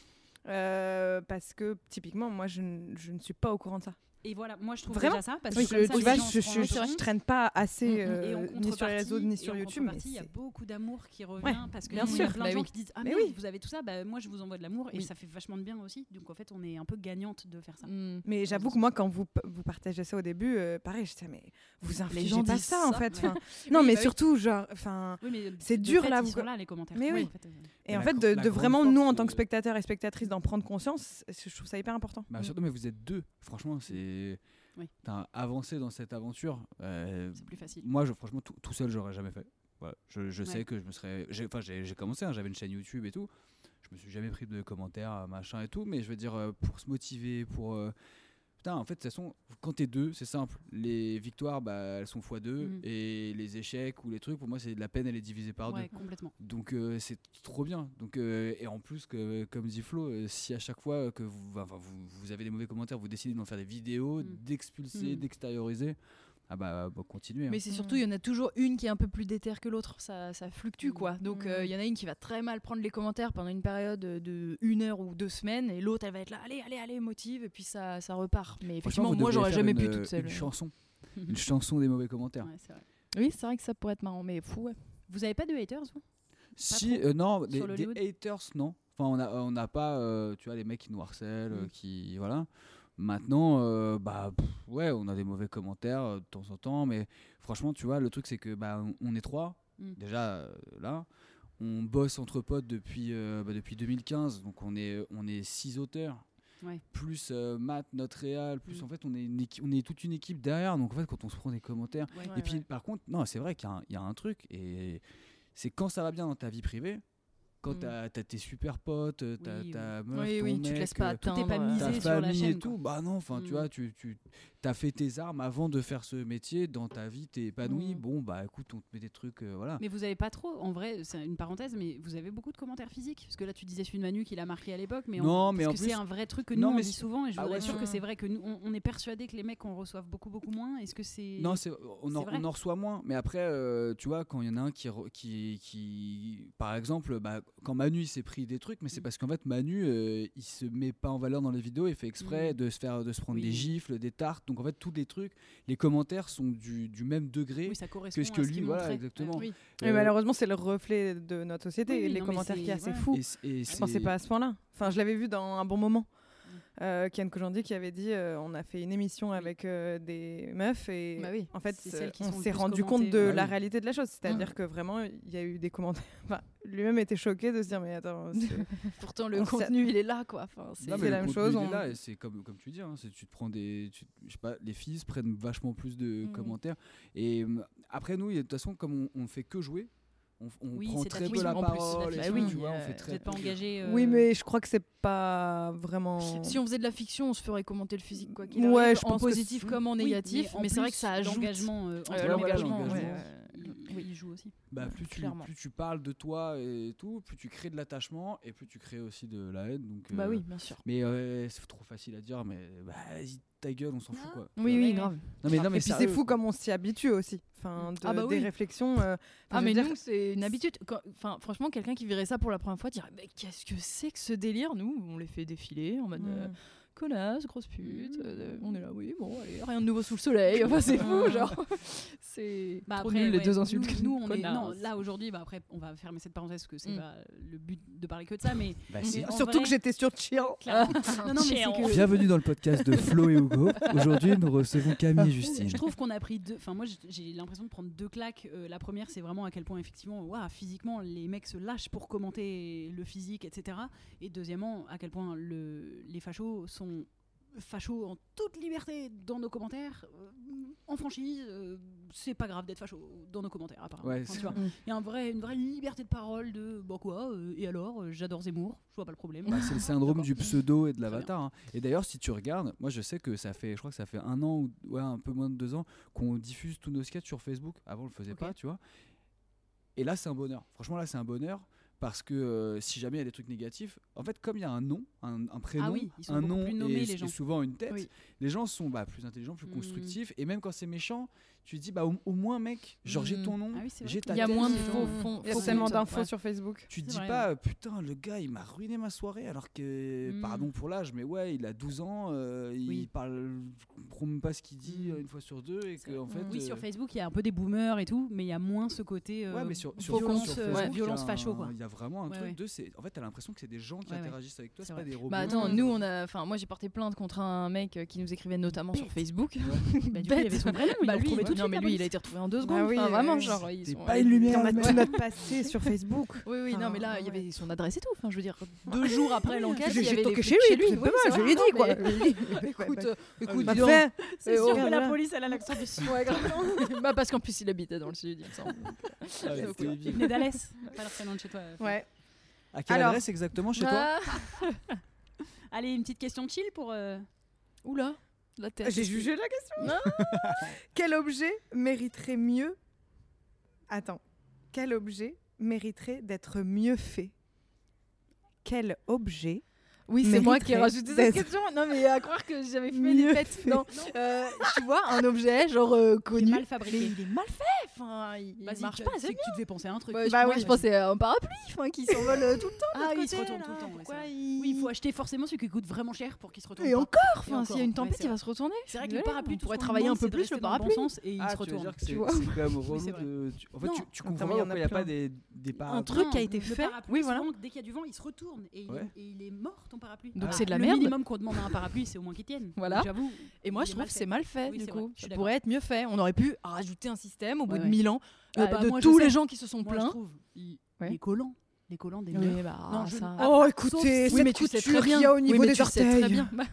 Euh, parce que typiquement, moi, je, ne- je ne suis pas au courant de ça. Et voilà, moi, je trouve Vraiment déjà ça parce Oui, que comme ça, tu les vois, gens se je, je, rendent je- compte. je traîne pas assez Mm, mm. Et en euh, ni sur les réseaux contrepartie- ni et sur en YouTube. Mais contrepartie, il y a c'est- beaucoup d'amour qui revient Ouais, parce que bien nous, il y a sûr. plein Bah de gens oui. qui disent ah Mais merde, oui. vous avez tout ça, bah moi je vous envoie de l'amour et Oui. ça fait vachement de bien aussi. Donc en fait, on est un peu gagnante de faire ça. Mm. Mais j'avoue que moi, quand vous, p- vous partagez ça au début, euh, pareil, je disais, mais vous infligez pas disent ça, en ça, fait. ouais. enfin. non, Oui, mais bah oui. surtout, genre, enfin. Oui, mais C'est de dur, fait, là, ils vous- sont là les commentaires. Mais Ouais, oui. en fait, euh, Et Mais en la fait, gr- de, la de grande vraiment, force nous, en de- tant que spectateurs et spectatrices, d'en prendre conscience, je trouve ça hyper important. Mm. Bah surtout, mais vous êtes deux. Franchement, c'est. Mm. Oui. T'as avancé dans cette aventure. Euh, c'est plus facile. moi, je, franchement, tout, tout seul, j'aurais jamais fait. Voilà. Je, je sais Ouais. que je me serais. j'ai- Enfin, j'ai j'ai commencé, hein, j'avais une chaîne YouTube et tout. Je me suis jamais pris de commentaires, machin et tout. Mais je veux dire, euh, pour se motiver, pour. euh, Putain, en fait, de toute façon, quand t'es deux, c'est simple. Les victoires, bah, elles sont x2. Mhm. Et les échecs ou les trucs, pour moi, c'est de la peine, elle est divisée par deux. Ouais, complètement. Donc euh, c'est trop bien. Donc euh, et en plus que comme dit Flo, euh, si à chaque fois euh, que vous, enfin, vous, vous avez des mauvais commentaires, vous décidez d'en faire des vidéos, Mm. d'expulser, Mm. d'extérioriser, ah bah, bah, continuez. hein. Mais c'est surtout, il y en a toujours une qui est un peu plus déterre que l'autre. Ça, ça fluctue, quoi. Donc, Mm. euh, il y en a une qui va très mal prendre les commentaires pendant une période de une heure ou deux semaines, et l'autre, elle va être là, allez, allez, allez, motive, et puis ça, ça repart. Mais Franchement, effectivement, vous moi, devriez j'aurais faire jamais pu une, euh, toute seule. Une chanson, une chanson des mauvais commentaires. Ouais, c'est vrai. Oui, c'est vrai que ça pourrait être marrant, mais fou, ouais. Vous avez pas de haters vous Si euh, non, des, Sur des l'Hollywood. haters non. Enfin on a on n'a pas, euh, tu vois les mecs qui nous harcèlent, euh, Mm. qui voilà. Maintenant, euh, bah pff, ouais, on a des mauvais commentaires euh, de temps en temps, mais franchement, tu vois, le truc c'est que bah on- on est trois, Mm. déjà euh, là. On bosse entre potes depuis, euh, bah, depuis 2015, donc on est, on est six auteurs. Ouais. Plus euh, Matt, notre réal, plus Mm. en fait on est, une équi- on est toute une équipe derrière, donc en fait quand on se prend des commentaires. Ouais. et puis par contre, non, c'est vrai qu'il y a un- il y, a un truc, et c'est quand ça va bien dans ta vie privée, quand Mm. t'as t'as tes super potes, euh, t'as Oui, ta meuf, oui, ton oui, mec, tu te laisses pas euh, atteindre. tout est pas euh, misé. ta sur la famille et chaîne, tout, quoi. bah non, enfin Mm. tu vois, tu, tu as fait tes armes avant de faire ce métier, dans ta vie t'es épanoui, Mm. bon bah écoute, on te met des trucs, euh, voilà. Mais vous avez pas trop, en vrai, c'est une parenthèse, mais vous avez beaucoup de commentaires physiques. Parce que là, tu disais celui de Manu qui l'a marqué à l'époque, mais, Non, en, mais parce en que plus- c'est un vrai truc que nous Non, on mais dit c'est- souvent, et je Ah vous ouais, assure c'est- que c'est vrai que nous, on, on est persuadé que les mecs en reçoivent beaucoup, beaucoup moins. Est-ce que c'est. Non, c'est- on, en, c'est vrai. on en reçoit moins. Mais après, euh, tu vois, quand il y en a un qui, re- qui, qui par exemple, bah, quand Manu il s'est pris des trucs, mais c'est Mm. parce qu'en fait Manu, euh, il se met pas en valeur dans les vidéos, il fait exprès Mm. de se faire, de se prendre Oui. des gifles, des tartes. Donc en fait, tous les trucs, les commentaires sont du, du même degré. Oui, ça correspond Qu'est-ce que à ce lui, qu'il voilà, montrait. exactement. Ouais. Mais Euh, malheureusement, c'est le reflet de notre société. Oui, oui, les non, mais commentaires c'est- qu'il y a, c'est ouais. fou. et c- et Mm. Je pensais pas à ce point-là. Enfin, je l'avais vu dans un bon moment. euh, Kian Kojandi qui avait dit euh, on a fait une émission avec euh, des meufs et Bah oui, en fait c'est celles qui on sont le s'est plus rendu compte de commentées. Bah la oui. réalité de la chose Mm. c'est-à-dire que vraiment il y a eu des commentaires enfin, lui-même était choqué de se dire mais attends c'est- Pourtant, le On sait- contenu, il est là, quoi. Enfin, c'est- Non, c'est mais la le même contenu, chose, hein. il est on- là, et c'est comme, comme tu dis, hein, c'est- tu te prends des. tu- je sais pas, les filles se prennent vachement plus de Mhm. Mmh. commentaires. Et hum, après, nous, il y a- de toute façon, comme on, on fait que jouer, on, on Oui, prend c'est très ta peu la fiction en plus, parole. la et fiction, tout, oui, tu vois, on euh, fait Vous très n'êtes pas peu de- engagé. euh, oui mais je crois que c'est pas vraiment Si on faisait de la fiction, on se ferait commenter le physique, quoi qu'il Ouais, arrive, je en pense que positif c'est- comme en oui, négatif. en mais c'est vrai plus que ça ajoute. d'engagement, euh, entre Euh, Ouais, voilà, l'engagement, l'engagement, ouais, ouais. il, il joue aussi. Bah, plus, tu, clairement. plus tu parles de toi et tout, plus tu crées de l'attachement et plus tu crées aussi de la haine. Donc, Bah euh, oui, bien sûr. Mais euh, c'est trop facile à dire, mais bah, vas-y, ta gueule, on s'en fout quoi. Oui, Ouais. oui, grave. Non, mais, non, mais et puis c'est sérieux, fou comme on s'y habitue aussi enfin de- Ah bah des oui. réflexions euh, Ah, je veux mais dire- nous, c'est une habitude. Quand- Enfin, franchement, quelqu'un qui verrait ça pour la première fois dirait Mais qu'est-ce que c'est que ce délire Nous, on les fait défiler en mode euh, Mm. connasse, grosse pute. euh, on est là, oui, bon, allez, rien de nouveau sous le soleil. Enfin, c'est fou, genre. C'est Bah, trop après, nul, les ouais, deux insultes. Nous, nous, on est, Connasse. non, là aujourd'hui, bah, après, on va fermer cette parenthèse parce que c'est Mm. pas le but de parler que de ça, mais. Bah, mais si. en surtout que vrai, j'étais sur Chian clairement- non, non, mais c'est que- Bienvenue dans le podcast de Flo et Hugo. Aujourd'hui, nous recevons Camille et Justine. Je trouve qu'on a pris deux. Enfin, moi, j'ai- j'ai l'impression de prendre deux claques. Euh, la première, c'est vraiment à quel point, effectivement, ouah, physiquement, les mecs se lâchent pour commenter le physique, etc. Et deuxièmement, à quel point le- les fachos sont fachos en toute liberté dans nos commentaires, euh, en franchise. euh, c'est pas grave d'être facho dans nos commentaires, apparemment. Ouais, Enfin, c'est- tu vois, Il y a un vrai, une vraie liberté de parole de bon quoi, euh, et alors, euh, j'adore Zemmour, je vois pas le problème. Bah, c'est le syndrome D'accord. du pseudo et de bien. l'avatar. hein. Et d'ailleurs, si tu regardes, moi je sais que ça fait, je crois que ça fait un an ou ouais, un peu moins de deux ans qu'on diffuse tous nos sketchs sur Facebook. Avant, on le faisait Ok. pas, tu vois. Et là, c'est un bonheur. Franchement, là, c'est un bonheur parce que euh, si jamais il y a des trucs négatifs, en fait, comme il y a un nom, un, un prénom, Ah oui, ils sont un beaucoup nom plus et, nommés, les et gens. souvent une tête, Oui. les gens sont bah, plus intelligents, plus Mm. constructifs. Et même quand c'est méchant, tu te dis bah au, au moins mec, genre j'ai ton nom, Ah oui, c'est vrai j'ai que- ta Il y a tête. moins de Mmh. faux fonds. il y a faux tellement comptes. d'infos Ouais. sur Facebook Tu te C'est dis vrai, pas, euh, putain, le gars, il m'a ruiné ma soirée, alors que, Mm. pardon pour l'âge, mais ouais, il a 12 ans, euh, Oui. il parle, je comprends même pas ce qu'il dit Mm. euh, une fois sur deux, et C'est que, en fait. oui, euh, sur Facebook, il y a un peu des boomers et tout, mais il y a moins ce côté euh, Ouais, mais sur, sur, violence, sur euh, Facebook, violence il y a un- facho. Quoi. Il y a vraiment un Ouais, truc ouais. de. c'est- En fait, t'as l'impression que c'est des gens qui Ouais, ouais. interagissent avec toi, C'est c'est pas vrai. des robots. Bah Ah, attends, nous on a, enfin moi j'ai porté plainte contre un mec euh, qui nous écrivait notamment sur Facebook. Bah, du coup, il y avait son vrai nom, il Bah, l'a lui, retrouvé tout de non suite, mais la lui il a police. été retrouvé en deux Bah secondes. oui, enfin, ouais. vraiment genre ils T'es sont. pas une lumière, on a mec. tout notre passé sur Facebook Oui oui non mais là il y Enfin, avait son adresse et tout. Enfin je veux dire deux jours après l'enquête J'ai- il y j'ai avait toqué des chez flics lui, c'est Oui, dommage, c'est je vrai, l'ai non, dit, quoi. bah, mais- Écoute, Écoute, euh, écoute, dis donc. après, C'est sûr Ouais, que la voilà. police, elle a l'accent du sud. Ouais, grave. bah parce qu'en plus il habitait dans le sud il me semble. Ah, Donc, c'était ouais. Il débile. venait d'Alès, pas leur prénom de chez toi. ouais. À quelle Alors- adresse exactement chez toi Ah, Allez, une petite question chill pour. euh, Oula la terre. Ah, J'ai jugé la question. quel objet mériterait mieux Attends. Quel objet mériterait d'être mieux fait Quel objet Oui c'est moi mériterait qui ai rajouté cette d'être- question. Non mais à croire que j'avais fumé Mieux des fêtes. fait. Non Euh, tu vois un objet genre euh, qui est connu. mal fabriqué. il est mal fait. Enfin il Vas-y, marche tu- pas. c'est que tu devais penser à un truc. Bah, je- Bah moi, oui. je pensais à un parapluie enfin, qui s'envole euh, tout le temps. de Ah, l'autre il se côté, retourne là. tout le temps, ouais, Pourquoi c'est vrai. il... Oui, il faut acheter forcément celui qui coûte vraiment cher pour qu'il se retourne. Et pas. encore, Et enfin, s'il y a encore, une tempête, ouais, c'est il va vrai. se retourner. C'est vrai que le Ouais, parapluie, on tout ce pourrait qu'on travailler un demande, c'est peu de plus le rester dans bon parapluie. sens et il Ah, se tu veux retourne. dire que c'est vois. c'est quand même c'est relou vrai. de. tu- En fait, tu, Non. tu Attends, comprends mais il y pas en a pourquoi il n'y a plein. pas des, des Un parapluies. truc qui a Non, été le fait. parapluie, Oui, voilà. souvent, dès qu'il y a du vent, il se retourne et il, Ouais. et il est mort ton parapluie. Donc, Ah. c'est de la le merde. minimum qu'on demande à un parapluie, c'est au moins qu'il tienne. Voilà. Donc, J'avoue. Et moi, il je est trouve que c'est mal fait, Oui, du c'est vrai, coup. je suis Ça d'accord. pourrait être mieux fait. On aurait pu rajouter un système au bout Ouais, de ouais. 1000 ans euh, Ah, bah, de moi, je tous sais. les gens qui se sont Moi, je plaints. trouve, il- Ouais. les collants, les collants des meufs. Oui, bah, Non, ah, je- ça- Ah, Oh, sauf- écoutez, Oui, mais cette tu sais couture très qu'il bien. y a au Oui, niveau mais des tu sais très orteils. bien. Bah,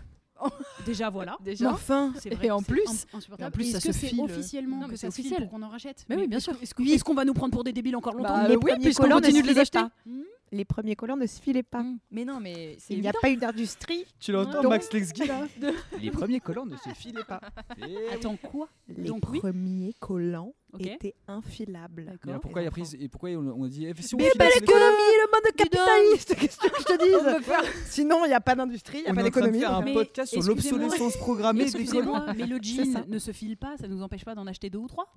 Déjà voilà. Mais Déjà. enfin, C'est Et vrai que en c'est plus- im- insupportable. et en plus, Et ça est-ce que se c'est file. officiellement Non, que mais ça c'est se file officiel. pour qu'on en rachète. Mais oui, bien est-ce sûr. que- Est-ce que- est-ce qu'on va nous prendre pour des débiles encore longtemps Bah, Les oui, premiers puisqu'on collants, continue ne de se les lèvent pas. Hmm. les premiers collants ne se filaient pas. Hum. Mais non, mais c'est Il n'y a évident. pas eu d'industrie. Tu l'entends, Donc- Max Lexguy là Les premiers collants ne se filaient pas. Et- Attends quoi Les Donc oui. premiers collants Ok. étaient infilables. Mais alors D'accord. pourquoi il y a pris et pourquoi on, on a dit eh, si on Mais file pas à l'économie, Sénégal, le monde capitaliste, qu'est-ce que je te dis Sinon, il n'y a pas d'industrie, il n'y a on pas est en train de d'économie. faire un Mais podcast sur excusez-moi. l'obsolescence programmée des colons. Excusez-moi, mais le jean ça. ne se file pas, ça nous empêche pas d'en acheter deux ou trois.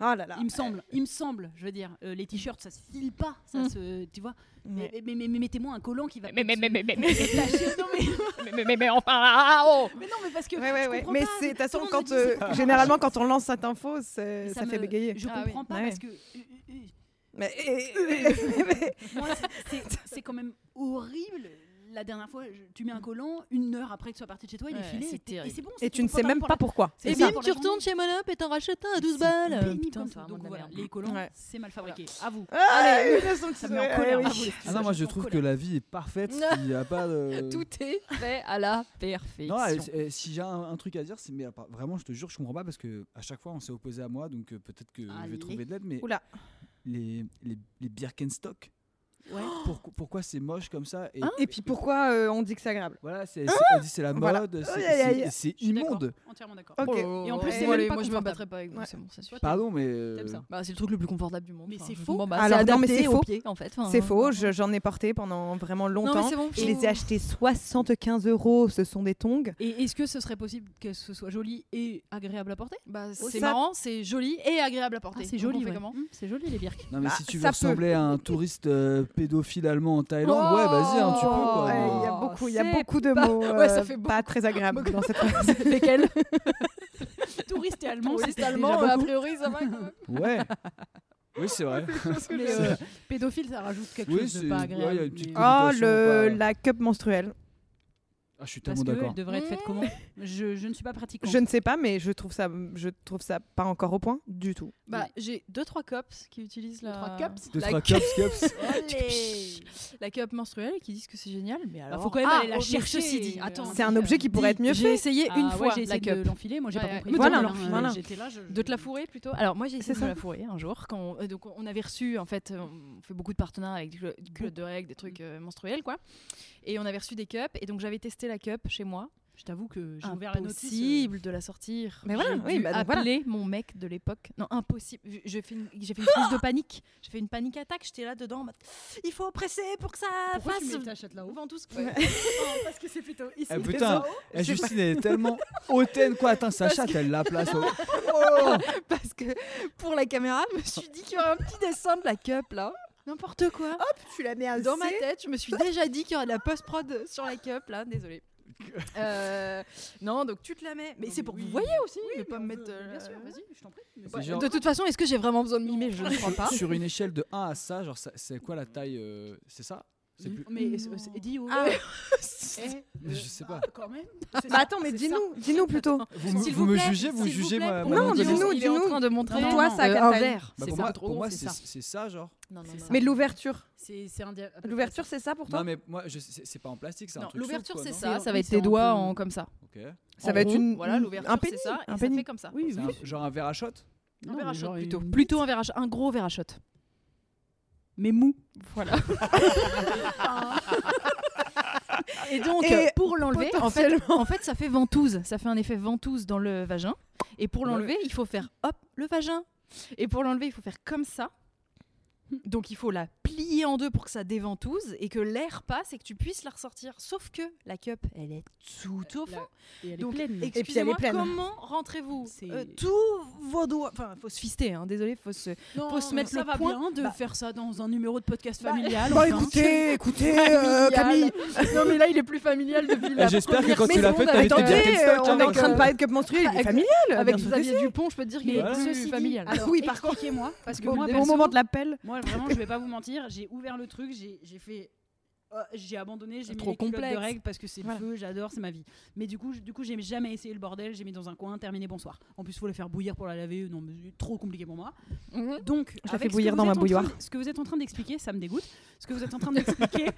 Ah là là. Il me semble, il me semble, je veux dire, euh, les t-shirts ça se file pas, ça Mm. se, tu vois. Ouais. Mais, mais- mais- mais mettez-moi un collant qui va. mais, mais, mais, mais, mais, mais, se lâcher. Non, mais, mais, mais, mais, mais enfin, ah, oh mais non, mais parce que. Ouais, ouais, je ouais. comprends Mais pas, c'est de toute tout le façon, monde quand, se dit, euh, c'est pas généralement, quand on lance cette info, grave. c'est- ça, me- fait bégayer. Je Ah comprends oui. pas Ah parce ouais. que euh, euh, euh, Mais- moi, c'est- c'est quand même horrible la dernière fois, je- tu mets un collant, une heure après que tu sois parti de chez toi, il est Ouais, filé. c'est et t'es- terrible. Et c'est bon. Et c'est tu ne pour sais ta- même pour pas la- pourquoi. c'est Et ça, bim, pour la tu journée. retournes chez Monop et t'en rachètes un à 12 C'est balles. pénible Putain, comme ça ça. rend Donc de la voilà, merde. les collants, Ouais. c'est mal fabriqué. À vous. Ah, Allez, Ça me met en colère. à vous, les Ah non, moi je trouve que la vie est parfaite. Il n'y a pas de. Tout est fait à la perfection. Non, et- et si j'ai un, un truc à dire, c'est mais à part- vraiment, je te jure, je comprends pas parce que à chaque fois, on s'est opposé à moi, donc euh, peut-être que je Allez. vais trouver de l'aide. Mais Oula. les les, les Birkenstock, Ouais. pourquoi- pourquoi c'est moche comme ça et, Et puis pourquoi euh, on dit que c'est agréable voilà, c'est, c'est- on dit c'est la Voilà. mode, c'est, Aïe, aïe, aïe. c'est- c'est Je suis d'accord, immonde. Entièrement d'accord. Oh Ok. Et en plus, c'est moi, même les- pas moi je me confortable. battrais pas avec vous, Ouais. c'est bon, ça suffit. Pardon, mais T'aimes ça. Bah, c'est le truc le plus confortable du monde. Mais Enfin, c'est je- faux. Bon, bah, Alors, c'est non, mais adapté c'est au faux. pied, en fait. Enfin, C'est faux, ouais. je- j'en ai porté pendant vraiment Oh Non, mais longtemps. c'est bon. je les ai achetés 75 euros, ce sont des tongs. Et est-ce que ce serait possible que ce soit joli et agréable à porter Oh, Bah, c'est ça- marrant, c'est joli et agréable à porter. Ah, c'est Donc, on joli, fait ouais. comment Mmh, c'est joli les birks. Non, mais Bah, si tu veux ça peut. ressembler à un touriste euh, pédophile allemand en Thaïlande, ouais, vas-y, hein, tu peux. Oh, quoi, Ouais, mais- Il y a beaucoup, il y a c'est beaucoup de pas- mots Ouais, ça euh, fait pas très agréables dans cette phrase. Lesquels Touriste et allemand, Touriste c'était allemand, déjà a beaucoup. priori, ça va quand même. Ouais. Oui, c'est vrai. Mais, euh, pédophile, ça rajoute quelque Oui, chose c'est- de pas ouais, agréable. il y a une petite mais- connotation Oh, le, pas- la cup menstruelle. Ah, je suis Parce tellement que d'accord. elle devrait être faite Mmh. comment je, je ne suis pas pratiquante. Je ne sais pas, mais je trouve ça, je trouve ça pas encore au point du tout. Bah, j'ai deux trois cops qui utilisent la trois cops Deux, la, trois cups, cups. Allez la cup menstruelle et qui disent que c'est génial, mais alors faut quand même Ah, aller la oh, mais chercher. euh, ceci dit, attends, C'est un objet qui pourrait être mieux J'ai fait. essayé Ah une ouais, fois j'ai la essayé de cup. l'enfiler, moi j'ai Ouais, pas ouais. compris. Mais Voilà, Attends, voilà. euh, J'étais là, je- de te la fourrer plutôt. Alors moi j'ai essayé de C'est me ça. la fourrer un jour quand on, euh, donc on avait reçu en fait euh, on fait beaucoup de partenariats avec du culotte- du culotte de règles, des Mm. trucs euh, menstruels quoi. Et on avait reçu des cups et donc j'avais testé la cup chez moi. Je t'avoue que j'ai ouvert la notice. euh, Impossible de la sortir. Mais voilà, J'ai oui, dû bah donc voilà. appeler mon mec de l'époque. Non, impossible. Je- J'ai fait une, j'ai fait une crise de panique. J'ai fait une panique attaque. J'étais là dedans. en mode, Il faut presser pour que ça Pourquoi tu fasse. mets ta chatte là-haut ventouse. Oh, Parce que c'est plutôt ici. Eh, putain, eh, Justine elle est tellement hautaine, quoi. Attends, sa chatte, elle la place. oh. au- Parce que pour la caméra, je me suis dit qu'il y aurait un petit dessin de la cup là. N'importe quoi. Ah, Tu la mets à Dans ma tête, je me suis déjà dit qu'il y aurait de la post-prod sur la cup là. Désolée. Euh, non, donc tu te la mets. Mais Non, c'est mais pour que oui. vous voyez aussi. Oui, ne mais pas on me veut- mettre. euh, Bien sûr, vas-y, je t'en prie. C'est ouais. genre- De toute façon, est-ce que j'ai vraiment besoin de mimer Je ne crois pas. Sur une échelle de 1 à ça, genre, ça- c'est quoi la taille euh, C'est ça Mm. C'est plus. Mais Non. euh, c'est- dis oh. Ah. Eh, Euh, Mais je sais pas. ah, Quand même. C'est Bah ça, attends, mais c'est dis-nous, dis-nous plutôt. Vous, me- S'il vous vous me plaît, jugez, vous s'il vous jugez plaît, ma, pour ma Non, mentalité. dis-nous, Il est en dis-nous. train de montrer Non, Toi, non, ça euh, un Cataline. verre. Bah, C'est pour ça, moi, trop pour gros, moi, c'est c'est ça. c'est ça, genre. Non, non, C'est non, ça. non. Mais l'ouverture, C'est c'est un dia- à peu près l'ouverture c'est ça pour toi Non, mais moi, je- c'est c'est pas en plastique, c'est un Non, truc. l'ouverture c'est souple, ça, C'est- ça va oui, être c'est tes un doigts peu- en comme ça. quoi, non Ok. Ça va être une Voilà, une- l'ouverture un c'est pénis, ça, et un ça pénis. fait comme ça. Oui, C'est oui. un- genre un verre à shot Un Non, verre mais à shot genre plutôt, une- plutôt un verre à shot, un gros verre à shot. Mais mou. Voilà. et donc Et pour l'enlever, en fait, en fait, ça fait ventouse, ça fait un effet ventouse dans le vagin. Et pour Ouais. l'enlever, il faut faire hop le vagin. Et pour l'enlever, il faut faire comme ça. Donc il faut la plier en deux pour que ça déventouse et que l'air passe et que tu puisses la ressortir. Sauf que la cup, elle est tout au fond. Et elle est Donc, pleine. puis, elle est Excusez-moi, pleine. comment rentrez-vous C'est- Euh, Tous vos doigts. Enfin, faut se fister, hein, désolé, faut se. Non, faut se mettre ça le va point. bien de Bah- faire ça dans un numéro de podcast familial. Bon enfin. écoutez, écoutez euh, Camille, Familial. non, mais là, il est plus familial depuis la. Bah, Eh, J'espère que première quand tu l'as saison fait, t'as été d'Attendez, bien attendez, euh, Kenstock, on est en hein, train de euh, parler de cup menstruel, il est Avec- familial. Avec bien sûr que Xavier Dupont, je peux te dire qu'il Mais est ceci plus dit, Ah. familial. alors, Oui, par contre. expliquez-moi, parce que Au moi, au perso, moment de l'appel, Moi, vraiment, je vais pas vous mentir, j'ai ouvert le truc, j'ai j'ai fait. euh, j'ai abandonné, j'ai mis Trop les culottes de complexe. règles parce que c'est Voilà. le feu, j'adore, c'est ma vie. Mais du coup, je- du coup, j'ai jamais essayé le bordel, j'ai mis dans un coin, terminé, bonsoir. En plus, faut la faire bouillir pour la laver, non, mais c'est trop compliqué pour moi. Donc, Je la avec fais ce que bouillir vous dans êtes ma en train bouilloire. de- Ce que vous êtes en train d'expliquer, ça me dégoûte. Ce que vous êtes en train d'expliquer,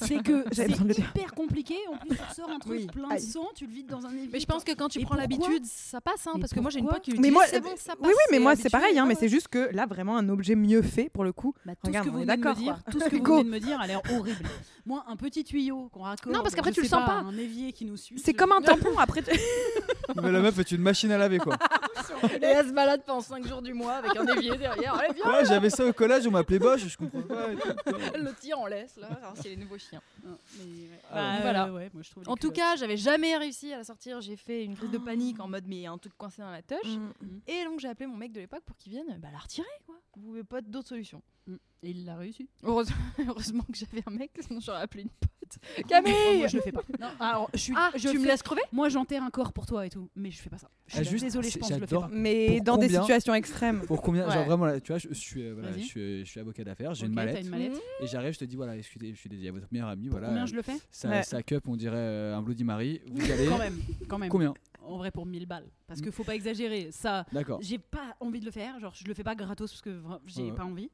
c'est que c'est besoin de le dire. hyper compliqué. En plus, tu ressors un truc Oui. plein Aïe. de sang, tu le vides dans un évier. Mais je pense que quand tu Et prends pourquoi l'habitude, ça passe, hein, Mais euh, parce que moi j'ai une pourquoi pote qui mais utilise, moi, c'est bon, ça passe. Bah, euh, oui, oui, mais moi c'est habitué, Ah pareil, hein, mais ouais. c'est juste que là vraiment un objet mieux fait pour le coup. Bah, tout Regarde, ce que on vous est venez de me d'accord, dire, quoi. tout ce que vous Go. venez de me dire a l'air horrible. Moi, un petit tuyau qu'on raccorde. Non, parce qu'après, je tu le sais sens pas, pas. Un évier qui nous suit. C'est je- comme un tampon après. tu- Mais la meuf est une machine à laver, quoi. Et elle se balade pendant 5 jours du mois avec un évier derrière. Allez, viens, Ouais, j'avais ça au collège, on m'appelait Bosch, je comprends pas. et tout. elle le tire, on laisse, là, alors, c'est les nouveaux chiens. Non, mais ouais. Ah, Bah, voilà. euh, ouais, moi, je trouve les En tout culottes. cas, j'avais jamais réussi à la sortir. J'ai fait une crise de panique en mode, mais il y a un truc coincé dans la touche. Mm. Et donc j'ai appelé mon mec de l'époque pour qu'il vienne bah, la retirer, quoi. Vous n'avez pas d'autre solution. Mm. Et il l'a réussi. Heureusement, heureusement que j'avais un mec, sinon j'aurais appelé une pote. tête. Camille Oh, Moi, je le fais pas. Non, alors, je suis, Ah, je tu me fais- laisses crever Moi, j'enterre un corps pour toi et tout, mais je fais pas ça. Je Ah, suis juste, désolée, je c'est- pense que je le fais j'adore. pas. Mais Pour dans des combien situations extrêmes. Pour combien Ouais. Genre vraiment, là, tu vois, je, je suis, euh, voilà, Vas-y. je, suis, je suis avocat d'affaires, j'ai Ok, une t'as mallette. une mallette. Mmh. Et j'arrive, je te dis, voilà, excusez, je suis désolé à votre meilleur ami, voilà. Combien euh, je le fais ça, Ouais. ça cup, on dirait euh, un Bloody Mary. Vous y allez Quand même, quand même. Combien En vrai, pour 1000 balles. Parce que faut pas exagérer. Ça, D'accord. j'ai pas envie de le faire. Genre, je le fais pas gratos parce que vra- j'ai Ouais, ouais. pas envie.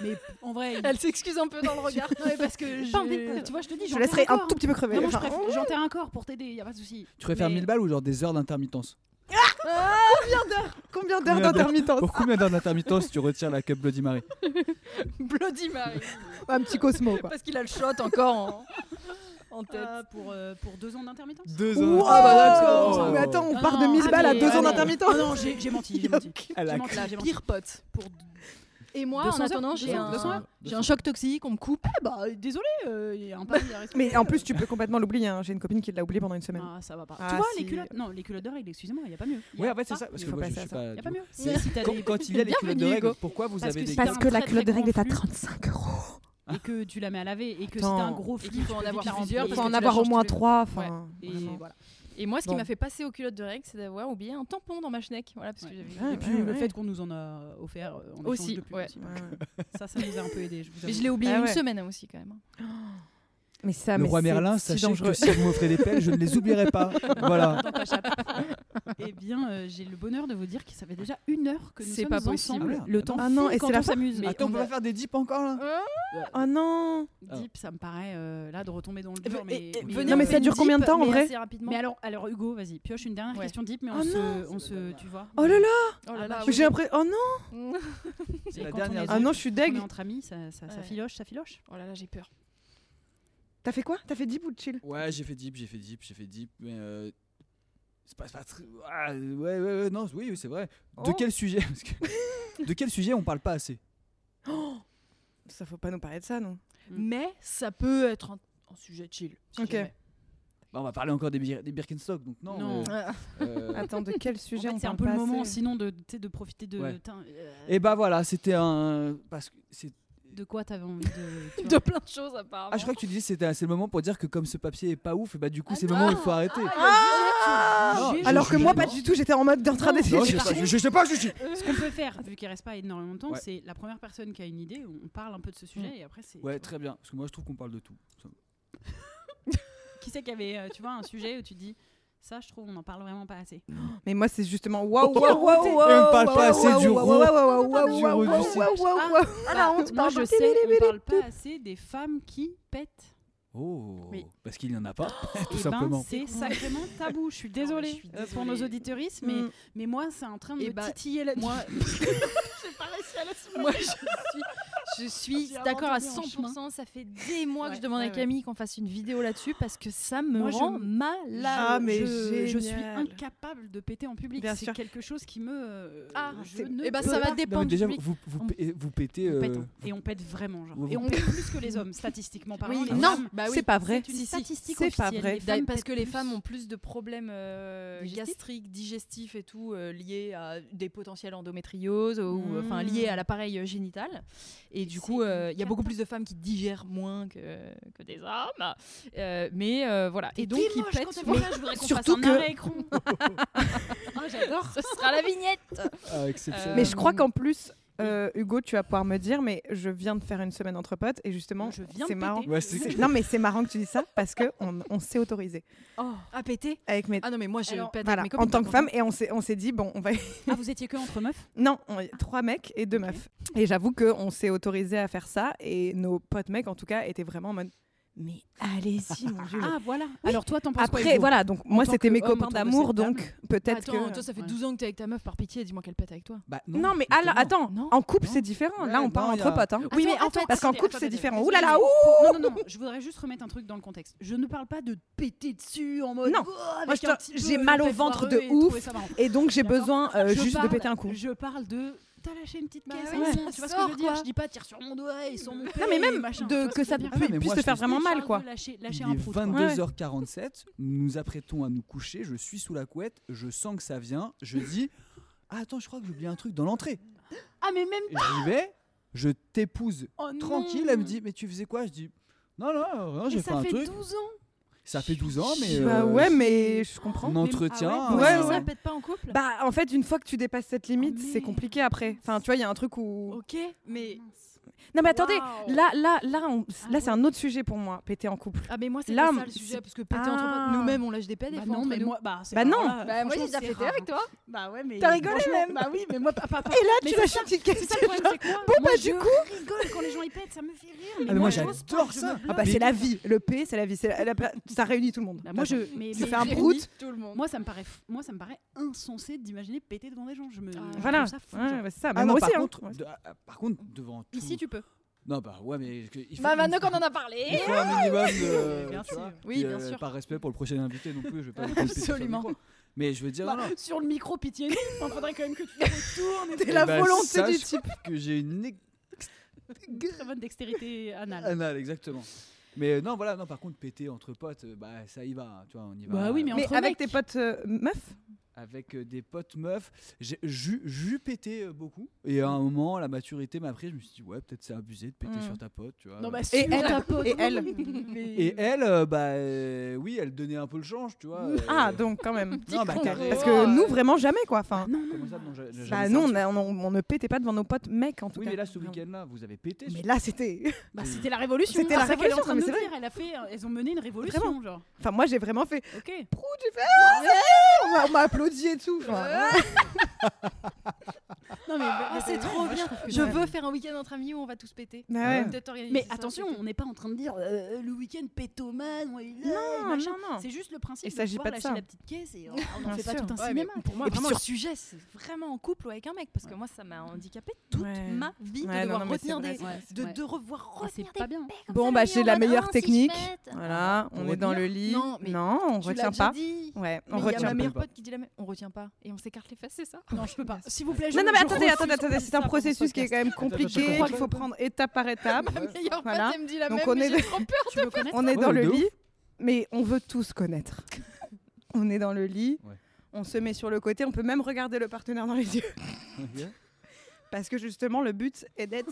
mais en vrai, il- Elle s'excuse un peu dans le regard. Ouais, parce que Pas envie je... de- tu vois, je te dis, Je j'enterre laisserai un corps. tout petit peu crever. Non, moi, je Enfin, préfère- j'enterre un corps pour t'aider, y a pas de souci. Tu préfères Mais- 1000 balles ou genre des heures d'intermittence oh, Combien Combien d'heures d'heures d'intermittence Pour combien d'heures d'intermittence tu retires la cup Bloody Mary Bloody Mary. Oh. Un petit Cosmo, quoi. Parce qu'il a le shot encore en, en tête. Euh, pour, euh, pour deux ans d'intermittence Deux Wow Oh. Ah bah d'accord. Mais attends, on Ah part de non, 1000 ah balles à mais- 2 ah ans non. d'intermittence. Ah non, j'ai j'ai menti, j'ai menti. Elle a J'ai menti, là, j'ai menti. Pire pote. Pour... Et moi, 200 en attendant, heures, j'ai 200 un, heures, j'ai un choc toxique, on me coupe. Eh bah, désolé, euh, il y a un pari à respecter. Mais en plus, tu peux complètement l'oublier. hein. J'ai une copine qui l'a oublié pendant une semaine. Ah, ça va pas. Ah, tu vois, si. les culottes. Non, les culottes de règle, excusez-moi, il n'y a pas mieux. Y a Ouais, en fait, c'est pas ça. Parce mieux. que faut moi, je passer suis à pas. Ah. Il n'y a du pas coup- mieux. C'est- Mais si t'as Quand, des- quand il y a les culottes de Bienvenue, règle, Hugo. pourquoi vous Parce avez que des si t'as Parce que un la très, culotte de très règle est grand à flux. 35 euros. et que tu la mets à laver et que si Attends. t'as un gros Et flux, qu'il tu faut en peux avoir vite les plusieurs, enlever faut faut parce en que tu avoir la au changes moins tous les- 3. Et voilà. Et moi, ce Bon. qui m'a fait passer aux culottes de règle, c'est d'avoir oublié un tampon dans ma schneck. Voilà, parce que Ouais. j'avais- Et puis le fait qu'on nous en a offert euh, en Aussi, échange de pub ouais. aussi. Ça, ça nous a un peu aidé. Je vous Mais avoue. je l'ai oublié Ah une ouais. semaine hein, aussi, quand même. Mais Le ça, Ah, mais roi c'est Merlin, si sachez dangereux. que si vous m'offrez des pelles, je ne les oublierai pas. Voilà. Dans ta chatte. Eh bien, euh, j'ai le bonheur de vous dire qu'il ça fait déjà une heure que nous C'est sommes pas possible. ensemble. Ah merde. Le temps Ah non, file et quand c'est la on fin s'amuse. Mais Attends, on on Ah, peut a- pas faire des dips encore Ah là Hein Oh non Deep, ça me paraît euh, là de retomber dans le Et- dur. et- Mais, et mais- venez, Non, mais on ça fait une dure combien de dip, temps, en mais vrai assez rapidement. Mais alors, alors Hugo, vas-y, pioche une dernière Ouais. question deep, mais on Oh se, non. on se, tu vois. Oh là là Oh là là, Ah Mais oui. J'ai l'impression. Oh non C'est la quand dernière. on est- Ah non, je suis On est deg. entre amis, ça, ça, ça Ouais. filoche, ça filoche. Oh là là, j'ai peur. T'as fait quoi T'as fait deep ou chill Ouais, j'ai fait deep, j'ai fait deep, j'ai fait deep, mais euh, c'est pas, c'est pas très- Ah, ouais, ouais, ouais, non, oui, oui, c'est vrai. De Oh. quel sujet parce que- De quel sujet on parle pas assez Ça faut pas nous parler de ça, non Mm. Mais ça peut être un, un sujet chill. si Ok. jamais. Bah, On va parler encore des, Bir- des Birkenstock, donc non. Non. euh, euh, Attends, de quel En sujet fait, on c'est un parle peu le pas moment, assez sinon, de, tu sais, de profiter de. Ouais. tain, euh, Et bah voilà, c'était un. Parce que c'est... De quoi t'avais envie de. tu De vois. plein de choses, apparemment. Ah, je crois que tu disais que c'était c'est le moment pour dire que comme ce papier est pas ouf, et bah du coup, Ah c'est le non moment où il faut arrêter. Ah Non, Alors que Je- moi, je- pas du tout, j'étais en mode d'en train d'essayer. Non, je sais pas, je- je sais pas, je suis. Ce qu'on peut faire, vu qu'il reste pas énormément de temps, Ouais. c'est la première personne qui a une idée, on parle un peu de ce sujet et après c'est. Ouais, tu très bien, parce que moi je trouve qu'on parle de tout. Ça- vois. Qui c'est qui avait, euh, tu vois, un sujet où tu te dis. Ça, je trouve, on en parle vraiment pas assez. Mais moi, c'est justement waouh, Oh, waouh, waouh, on waouh. parle pas assez du roux. waouh, waouh, Du waouh, waouh, roux, du waouh, cycle. waouh, Ah. waouh. Voilà, on Moi, je sais, on parle pas assez des femmes qui pètent. Oh, Oui. parce qu'il n'y en a pas, Ah, tout et ben, simplement. c'est sacrément tabou. Je suis désolée, Ah, je suis euh, pour nos désolée. auditeuristes, mais, Mm. mais moi, c'est en train de Et me bah, titiller la... Moi, Moi, je suis, je suis J'ai d'accord à abandonné en 100%. Ça fait des mois que Ouais, je demande ouais, à Camille qu'on fasse une vidéo là-dessus parce que ça me Moi, je- rend malade. Ah, mais je, je suis génial. incapable de péter en public. Bien C'est sûr. quelque chose qui me. euh, Ah, je c'est- ne Et bah, peux ça pas. va Non, mais dépendre déjà, du public. vous, vous, On- pé- vous pétez. On euh, pète, hein. Et on pète vraiment, genre. Vous- Et on pète plus que les hommes, statistiquement parlant. Oui, Les non, femmes, bah oui. C'est pas vrai. C'est une Si, si. statistique C'est pas officielle, vrai. les D'a- femmes Parce pètent que les plus. femmes ont plus de problèmes euh, Digestifs gastriques, digestifs et tout euh, liés à des potentielles endométrioses ou euh, Mmh. enfin liés à l'appareil euh, génital. Et du C'est coup, euh, il y a cata. beaucoup plus de femmes qui digèrent moins que, que des hommes. Euh, mais euh, voilà. Et donc, ils pètent. mais je voudrais qu'on surtout fasse un que- arrêt écran. j'adore. ce sera la vignette. Ah, exceptionnel. Mais je crois Euh, qu'en plus, euh, Hugo, tu vas pouvoir me dire, mais je viens de faire une semaine entre potes et justement, Je viens de péter. c'est marrant. Ouais, c'est- C'est- Non, mais c'est marrant que tu dis ça parce que on, on s'est autorisé À péter. avec mes. Ah non, mais moi, je Alors, pète voilà, avec mes en copines, tant que par femme, et on s'est on s'est dit, bon, on va. Ah, vous étiez que entre meufs Non, on- trois mecs et deux Ok. meufs. Et j'avoue qu'on s'est autorisé à faire ça et nos potes mecs, en tout cas, étaient vraiment en mode, mais allez-y, mon dieu. le Ah, voilà. Alors, toi, t'en penses quoi Après, Hugo voilà, donc moi tant c'était mes qu'homme autour copains de d'amour, cette donc contre. peut-être Attends, que. toi, ça fait Ouais. 12 ans que t'es avec ta meuf, par pitié, dis-moi qu'elle pète avec toi. Bah, Non, mais à la- justement. attends, Non. en couple c'est différent. Ouais, Là, on non, parle y entre a- potes. hein. Oui, mais en attends, fait, parce qu'en attendez, couple, c'est attendez, différent. attendez. Ouh là là, Pour- ouh Non, non, non, je voudrais juste remettre un truc dans le contexte. Je ne parle pas de péter dessus en mode. Non. Oh, avec Moi, je un te- petit peu j'ai le mal au pet ventre foireux de et trouver ouf. ça marrant. Et donc j'ai D'accord. besoin euh, Je juste parle- de péter un coup. Je parle de. T'as lâché une petite Bah caisse. ouais, hein, ça tu vois ce que je veux sort, dire quoi. Je dis pas tire sur mon doigt et sur mon Non, mais même de- que ça Ah non, mais puisse moi, te je faire te- vraiment mal, quoi. Lâcher, Il lâcher est un prout. quoi. 22h47, nous nous apprêtons à nous coucher, je suis sous la couette, je sens que ça vient, je dis Ah, attends, je crois que j'ai oublié un truc dans l'entrée. Ah, mais même. J'y vais, je t'épouse Oh non. tranquille, elle me dit Mais tu faisais quoi Je dis Non, non, non, j'ai Et fait ça un fait truc. 12 ans Ça fait 12 ans, mais. Bah euh, ouais, mais je comprends. Un entretien. Ah ah ouais, ouais, euh, ouais. Ça pète pas en couple Bah en fait, une fois que tu dépasses cette limite, Oh, c'est merde. compliqué après. Enfin, tu vois, il y a un truc Oh, où. Ok, mais. Non mais Bah, attendez, Waouh. là, là, là, on- Ah là, c'est un autre sujet pour moi, péter en couple. Ah, mais moi, c'est Là, pas ça le c'est- sujet, parce que péter entre Ah. potes, nous-mêmes, on lâche des pets des Bah fois. non, entre mais nous. moi, bah, c'est Bah pas- non. Bah, voilà, moi, j'ai franchement, déjà c'est pété rare, avec hein. toi. Bah ouais, mais. T'as rigolé, franchement, même. Bah oui, mais moi, pas. pas- pas- Et là, Mais tu c'est lâches ça. une petite C'est ça question. le problème, c'est que moi, Bon, moi, bah, je du rigole quand les gens y pètent, ça me fait rire. Ah, mais moi, j'ose pas, j'adore je me ça. bloque. Ah bah Mais- c'est la vie, le P c'est la vie, c'est la- la- ça réunit tout le monde. Bah, moi, je. Mais, Tu mais- fais un mais- prout. Tout le monde. Moi, ça me paraît, f- moi, ça me paraît insensé d'imaginer péter devant des gens. Je me. je trouve Ah. Voilà, Ah, ça fou, genre. Ouais, bah, c'est ça. Mais Ah non, moi par aussi, hein. contre, de- ah, par contre, devant tout. Ici, tu peux. Non, bah ouais, mais. que- Il faut, Bah, maintenant il faut- qu'on en a parlé. il faut un minimum de. Merci. tu vois. Oui, Et, bien euh, sûr. Par respect pour le prochain invité non plus, je vais pas. vous pister sur le Absolument. micro. Mais je veux dire, non, non. Bah, Sur le micro, pitié. non. Enfin, faudrait quand même que tu te retournes. et C'est tout. la Eh ben, volonté du sache que j'ai une ex- Très bonne dextérité anale. anale, exactement. Mais euh, non, voilà, non, par contre, péter entre potes, euh, bah ça y va, hein, tu vois, on y va. Bah oui, mais euh, entre Mais mecs. avec tes potes euh, meufs Avec euh, des potes meufs, j'ai j'eus- j'eus pété euh, beaucoup. Et à un moment, la maturité m'a pris, je me suis dit, ouais, peut-être c'est abusé de péter Mm. sur ta pote, tu vois. Non, bah, Et sur elle, ta pote, et elle. mais- Et elle, euh, bah euh, oui, elle donnait un peu le change, tu vois. euh, Ah donc quand même. non, bah, carré- Parce que nous vraiment jamais quoi. Enfin, Comment ça, non, j'a- jamais bah ça. non, on, a- on- on ne pétait pas devant nos potes mecs en tout Oui, cas. mais là, ce week-end-là, vous avez pété. Mais là c'était. Bah, c'était la révolution. C'était la Ah, c'est vrai qu'elle est en révolution, train de mais nous c'est dire. Elle a fait, euh, elles ont mené une révolution, Vraiment. genre. Enfin moi j'ai vraiment fait. Ok. Prout, j'ai fait. Ah, ouais On m'a- on m'a applaudi et tout. Enfin, Non mais, Ah, c'est trop bien. Je veux faire un week-end entre amis où on va tous péter. bah ouais. Peut-être organiser Mais ça, attention, péter. on n'est pas en train de dire euh, le week-end pétomane. on est là, Non, machin. Ah, non, non. C'est juste le principe. Il de s'agit pouvoir pas de lâcher ça. la petite caisse et on on en Bien fait pas sûr. tout un Ouais, cinéma. mais Pour moi, Et puis vraiment, sur le sujet, c'est vraiment en couple ou avec un mec, parce que moi, ça m'a handicapé toute Ouais. ma vie Ouais, de non, devoir non, mais c'est retenir vrai, des, c'est vrai, de, vrai. de revoir Ah, c'est retenir pas bien. Bon bah j'ai la meilleure technique. Voilà, Pour on est dans le retenir lit. Non, mais on Tu l'as retient déjà pas. dit. Ouais, on Mais il y a retient ma pas. meilleure pote qui dit la même. On retient pas et on s'écarte les fesses, c'est ça Non, je peux pas. S'il vous plaît, je Non, non, mais je attendez, refuse attendez, qu'on attendez, fasse c'est un ça processus qui est quand même attends, compliqué, attends. qu'il faut prendre étape par étape. Meilleure Voilà. pote, elle me dit la Donc même. on mais est- j'ai trop peur. Tu veux connaître On est Ouais, dans de le ouf. lit, mais on veut tous connaître. on est dans le lit, Ouais. on se met sur le côté, on peut même regarder le partenaire dans les yeux. Ok. Parce que justement, le but est d'être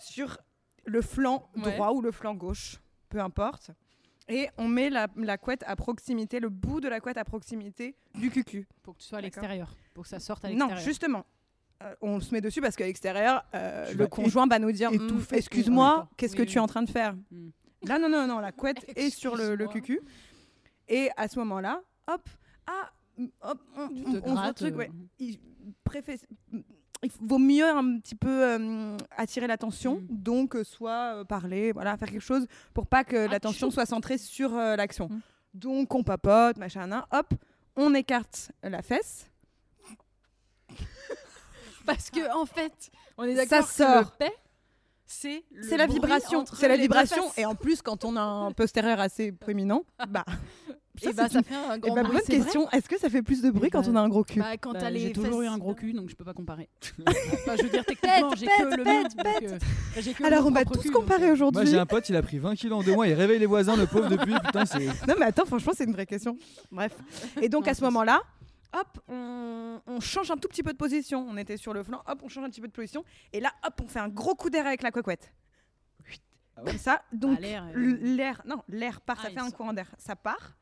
sur le flanc Ouais. droit ou le flanc gauche, peu importe. Et on met la, la couette à proximité, le bout de la couette à proximité du cucu. Pour que tu sois à D'accord. l'extérieur, pour que ça sorte à Non, l'extérieur. justement. Euh, on se met dessus parce qu'à l'extérieur, euh, Tu le vas conjoint va nous dire étouffer Hum, ton- on est Excuse-moi, d'accord. qu'est-ce Oui, que oui, tu es en oui. train de faire Hum. Là, non, non, non, la couette est sur le, le Excuse-moi. cucu. Et à ce moment-là, hop, ah, hum, hop, on, Tu te on- on se grattes, retruque, euh, ouais. Il, préfé- il vaut mieux un petit peu euh, attirer l'attention, Mm. donc euh, soit euh, parler, voilà, faire quelque chose pour pas que l'attention soit centrée sur euh, l'action. Ah, Mm. Donc on papote, machin, nan, hop, on écarte la fesse. Parce que Ah. en fait, on est Ça d'accord que le sort. paix, c'est le C'est la bruit vibration, entre c'est la les vibration. deux faces. Et en plus, quand on a un postérieur assez proéminent, bah, Et ça, bah, c'est ça une- fait un eh grand bah, bruit. bonne c'est vrai. question. Est-ce que ça fait plus de bruit Eh quand bah, on a un gros cul Bah, quand Bah, t'as les j'ai toujours eu fesses- un gros cul, donc je peux pas comparer. Enfin, je veux dire, techniquement, j'ai que le mien, donc, euh, j'ai que mon Alors on va propre tous cul, donc, comparer euh, Moi, aujourd'hui. j'ai un pote, il a pris 20 kilos en deux mois, il réveille les voisins, le pauvre, depuis. Putain, c'est. Non, mais attends, franchement, c'est une vraie question. Bref. Et donc, Non, à ce c'est- moment-là, hop, on, on change un tout petit peu de position. On était sur le flanc, hop, on change un petit peu de position. Et là, hop, on fait un gros coup d'air avec la coquette. Ah ouais Comme ça. Donc, Ah, l'air, euh. l- l'air, non, l'air part, Ah, ça il fait un sort. courant d'air. Ça part,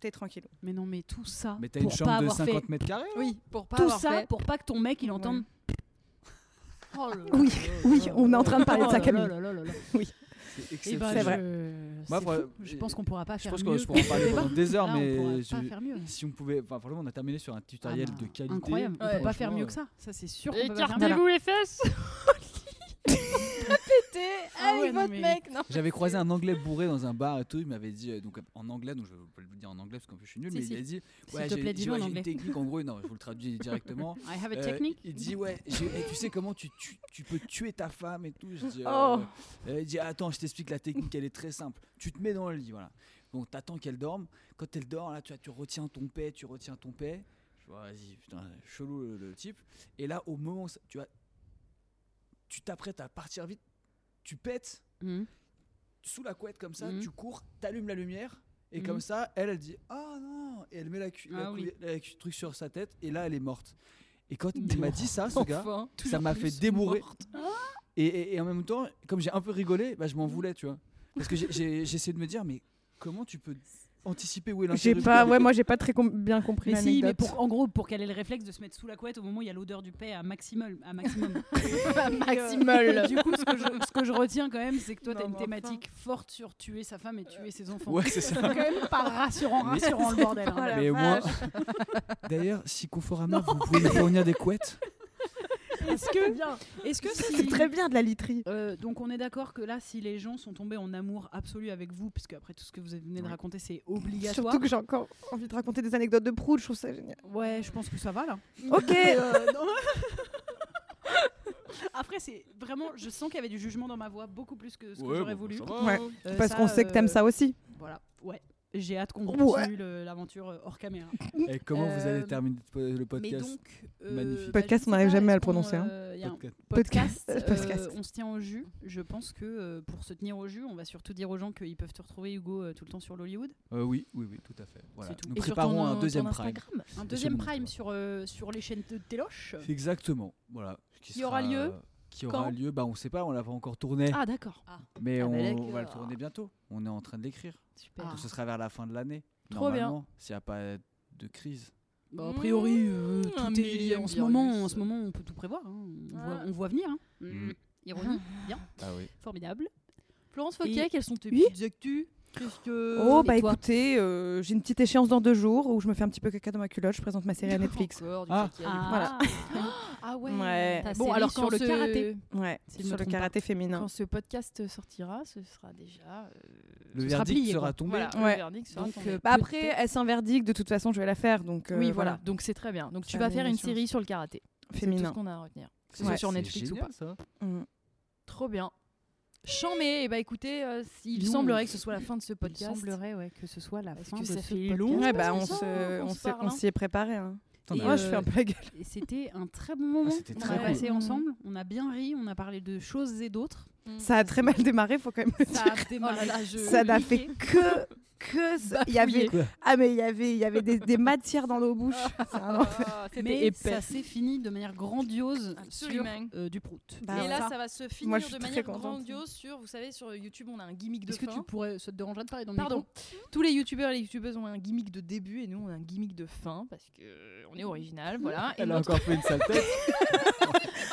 t'es tranquille. Mais non, mais tout ça. Mais t'as une pour pas chambre de avoir fait 50 mètres carrés Oui, pour pas Tout avoir ça fait. pour pas que ton mec il entende. Oh là là Oui, là là oui, là on est en là train de parler de là ça, là Camille. là là là là. C'est Eh ben, exceptionnel. C'est vrai. Je... Moi, c'est pour- fou. Je pense qu'on pourra pas Je faire pense mieux. qu'on pourra en parler pendant des heures, Là, on pourra mais pas je- faire mieux. hein. si on pouvait. Enfin, franchement, on a terminé sur un tutoriel Ah, de qualité. Incroyable. On peut pas faire Franchement, mieux que ça. Ça c'est sûr. qu'on peut pas faire mieux. Écartez-vous les fesses. T'es Ah ouais, avec non, votre mais- mec, non J'avais croisé un anglais bourré dans un bar et tout. Il m'avait dit, euh, donc en anglais, donc je vais vous le dire en anglais parce qu'en plus je suis nul, Si, mais si. il a dit S'il Ouais, te j'ai plaît, j'ai- dis-le en ouais, j'ai une anglais. technique en gros. Non, je vous le traduis directement. I have a Euh, technique. il dit ouais, j'ai- eh, tu sais comment tu, tu, tu peux tuer ta femme et tout. Je dis, euh, Oh. euh, il dit attends, je t'explique la technique, elle est très simple. Tu te mets dans le lit, voilà. Donc t'attends qu'elle dorme. Quand elle dort, là, tu, vois, tu retiens ton paix, tu retiens ton paix. Je vois, vas-y, putain, chelou le, le type. Et là, au moment où ça- tu vois, tu t'apprêtes à partir vite, tu pètes Mhm. sous la couette comme ça, Mhm. tu cours, t'allumes la lumière. Et Mhm. comme ça, elle, elle dit Ah non Et elle met la, cu- la Ah oui. cou- la cu- truc sur sa tête, et là, elle est morte. Et quand il m'a dit ça, ce gars, Enfin, Ah Mhm. ça m'a fait débourrer. Et, et- et en même temps, comme j'ai un peu rigolé, bah, je m'en voulais, tu vois. Parce que j'ai- j'ai j'ai essayé de me dire, mais comment tu peux anticiper où est J'ai l'interrupteur pas, ouais, moi j'ai pas très com- bien compris Mais si, mais l'anecdote. pour, en gros, pour qu'elle ait le réflexe de se mettre sous la couette au moment où il y a l'odeur du paix à maximum. À maximum. à maximum. du coup, ce que, je, ce que je retiens quand même, c'est que toi, Non, t'as une mais enfin. thématique forte sur tuer sa femme et tuer ses enfants. Ouais, c'est C'est ça. quand même pas rassurant, rassurant le bordel. hein. pas la Mais au moins. D'ailleurs, si Conforama, vous pouvez nous fournir des couettes Est-ce que Oh, bien Est-ce que si- C'est très bien de la literie. Euh, donc on est d'accord que là, si les gens sont tombés en amour absolu avec vous, puisque après tout ce que vous venez de raconter, c'est obligatoire. Surtout que j'ai encore envie de raconter des anecdotes de Prout, je trouve ça génial. Ouais, je pense que ça va là. Ok, Euh, non. Après, c'est vraiment, je sens qu'il y avait du jugement dans ma voix, beaucoup plus que ce que j'aurais voulu. Ouais. Euh, parce qu'on sait que t'aimes euh, ça aussi. Voilà, ouais. J'ai hâte qu'on Ouais. continue le- l'aventure euh, hors caméra. Et comment vous allez Euh, terminer le Mais podcast donc, euh, Magnifique. bah, Podcast, je on sais n'arrive pas, jamais est-ce à le qu'on, prononcer, hein. euh, y a un Podcast. podcast, Podcast, euh, podcast. on se tient au jus. Je pense que euh, pour se tenir au jus, on va surtout dire aux gens qu'ils peuvent te retrouver Hugo euh, tout le temps sur l'Hollywood. Euh, oui, oui, oui, tout à fait. Voilà. C'est tout. Nous Et sur préparons ton, un euh, deuxième ton prime. Instagram. Un deuxième mon prime Instagram. sur, euh, sur les chaînes de Téloche. Exactement. Voilà. Qui aura lieu euh, Qui aura Quand lieu Bah, on sait pas, on l'a pas encore tourné. Ah d'accord. mais ah, on, bah, d'accord. on va le tourner bientôt. On est en train de l'écrire. Super. Donc, ce sera vers la fin de l'année. Trop bien. normalement, S'il n'y a pas de crise. Bah, a priori, euh, Mmh, un tout est lié. millième En ce, moment, virus. en ce moment, on peut tout prévoir. hein. On, Ah. voit, on voit venir. hein. Mmh. Ironie, Ah oui. formidable. Mmh. Florence Fauquier, Fauquier, quelles sont tes Oui. petites actus Qu'est-ce que- Oh Et bah toi écoutez, euh, j'ai une petite échéance dans deux jours où je me fais un petit peu caca dans ma culotte, je présente ma série à Netflix. Encore du Ah. caca. Voilà. Ah ouais. Ouais. Ta Bon, série alors, quand sur le karaté- Ouais, S'il me sur le trompe pas. karaté féminin. Quand ce podcast sortira, ce sera déjà. euh, Le ce sera verdict plié, sera quoi. tombé. Voilà, Ouais. le verdict sera Donc, tombé. euh, Bah après, Peut-être. est-ce un verdict De toute façon, je vais la faire, donc. euh, oui, voilà. Donc c'est très bien. Donc tu Ça vas met faire les une choses. série sur le karaté. C'est tout ce Féminin. qu'on a à retenir. C'est Ouais. sur Netflix ou génial, pas. ça. Mm. Trop bien. Chamé, et bah écoutez, euh, s- il Nous, semblerait on- que ce soit la fin de ce Il podcast. semblerait ouais, que ce soit la Est-ce fin que de ça ce fait long podcast. Ouais, bah parce on que ça, se- on on se s'est- parle, on hein. s'y est préparé. hein. Attends, Et mais Moi, euh, je fais un peu la gueule. Et c'était un très bon moment. Ah, c'était on très a cool. passé Mhm. ensemble, on a bien ri, on a parlé de choses et d'autres. Hmm. Ça a très mal démarré, faut quand même. le Ça dire. a Oh démarré. Ça n'a fait que que ça. Il y avait Quoi ah mais il y avait il y avait des, des matières dans nos bouches. C'est Oh, un enfer. Mais épais. ça s'est fini de manière grandiose Absolument. sur euh, du prout. Bah, et ouais. là, ça va se finir Moi, je suis de très manière contente. grandiose sur, vous savez, sur YouTube, on a un gimmick de Est-ce que fin. tu pourrais se déranger de parler dans le Pardon. micro Tous les youtubeurs et les youtubeuses ont un gimmick de début et nous, on a un gimmick de fin parce que euh, on est original, voilà. Et Elle a notre- encore fait une sale tête.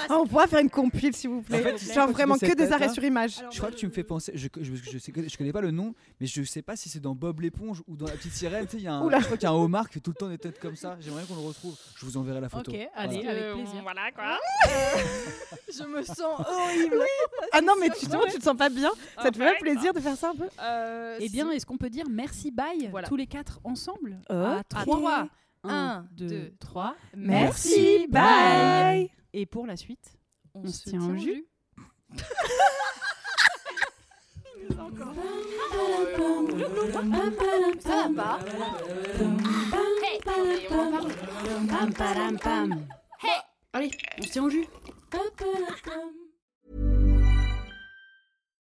Ah, on pourrait faire une compile s'il vous plaît. En fait, si Genre je vraiment continue que des cette arrêts tête-là- sur image. Je crois que tu me fais penser. Je, je, je sais que- je connais pas le nom, mais je sais pas si c'est dans Bob l'éponge ou dans La Petite Sirène. Tu sais, il y a un, Oula. je crois qu'il y a un homard qui fait tout le temps des têtes comme ça. J'aimerais bien qu'on le retrouve. Je vous enverrai la photo. Ok, allez, Voilà. avec plaisir. Euh, Voilà quoi. Je me sens horrible. Ah non mais justement tu te sens pas bien. Ça te fait pas Ouais. plaisir de faire ça un peu Euh, Eh si- bien, est-ce qu'on peut dire merci bye Voilà. tous les quatre ensemble Euh, À à trois. trois. Un, Un, deux, deux, trois. Merci, bye. Et pour la suite, On, se tient au jus. Ça va pas Hey on va parler. pam pam pam. Allez, on se tient au jus.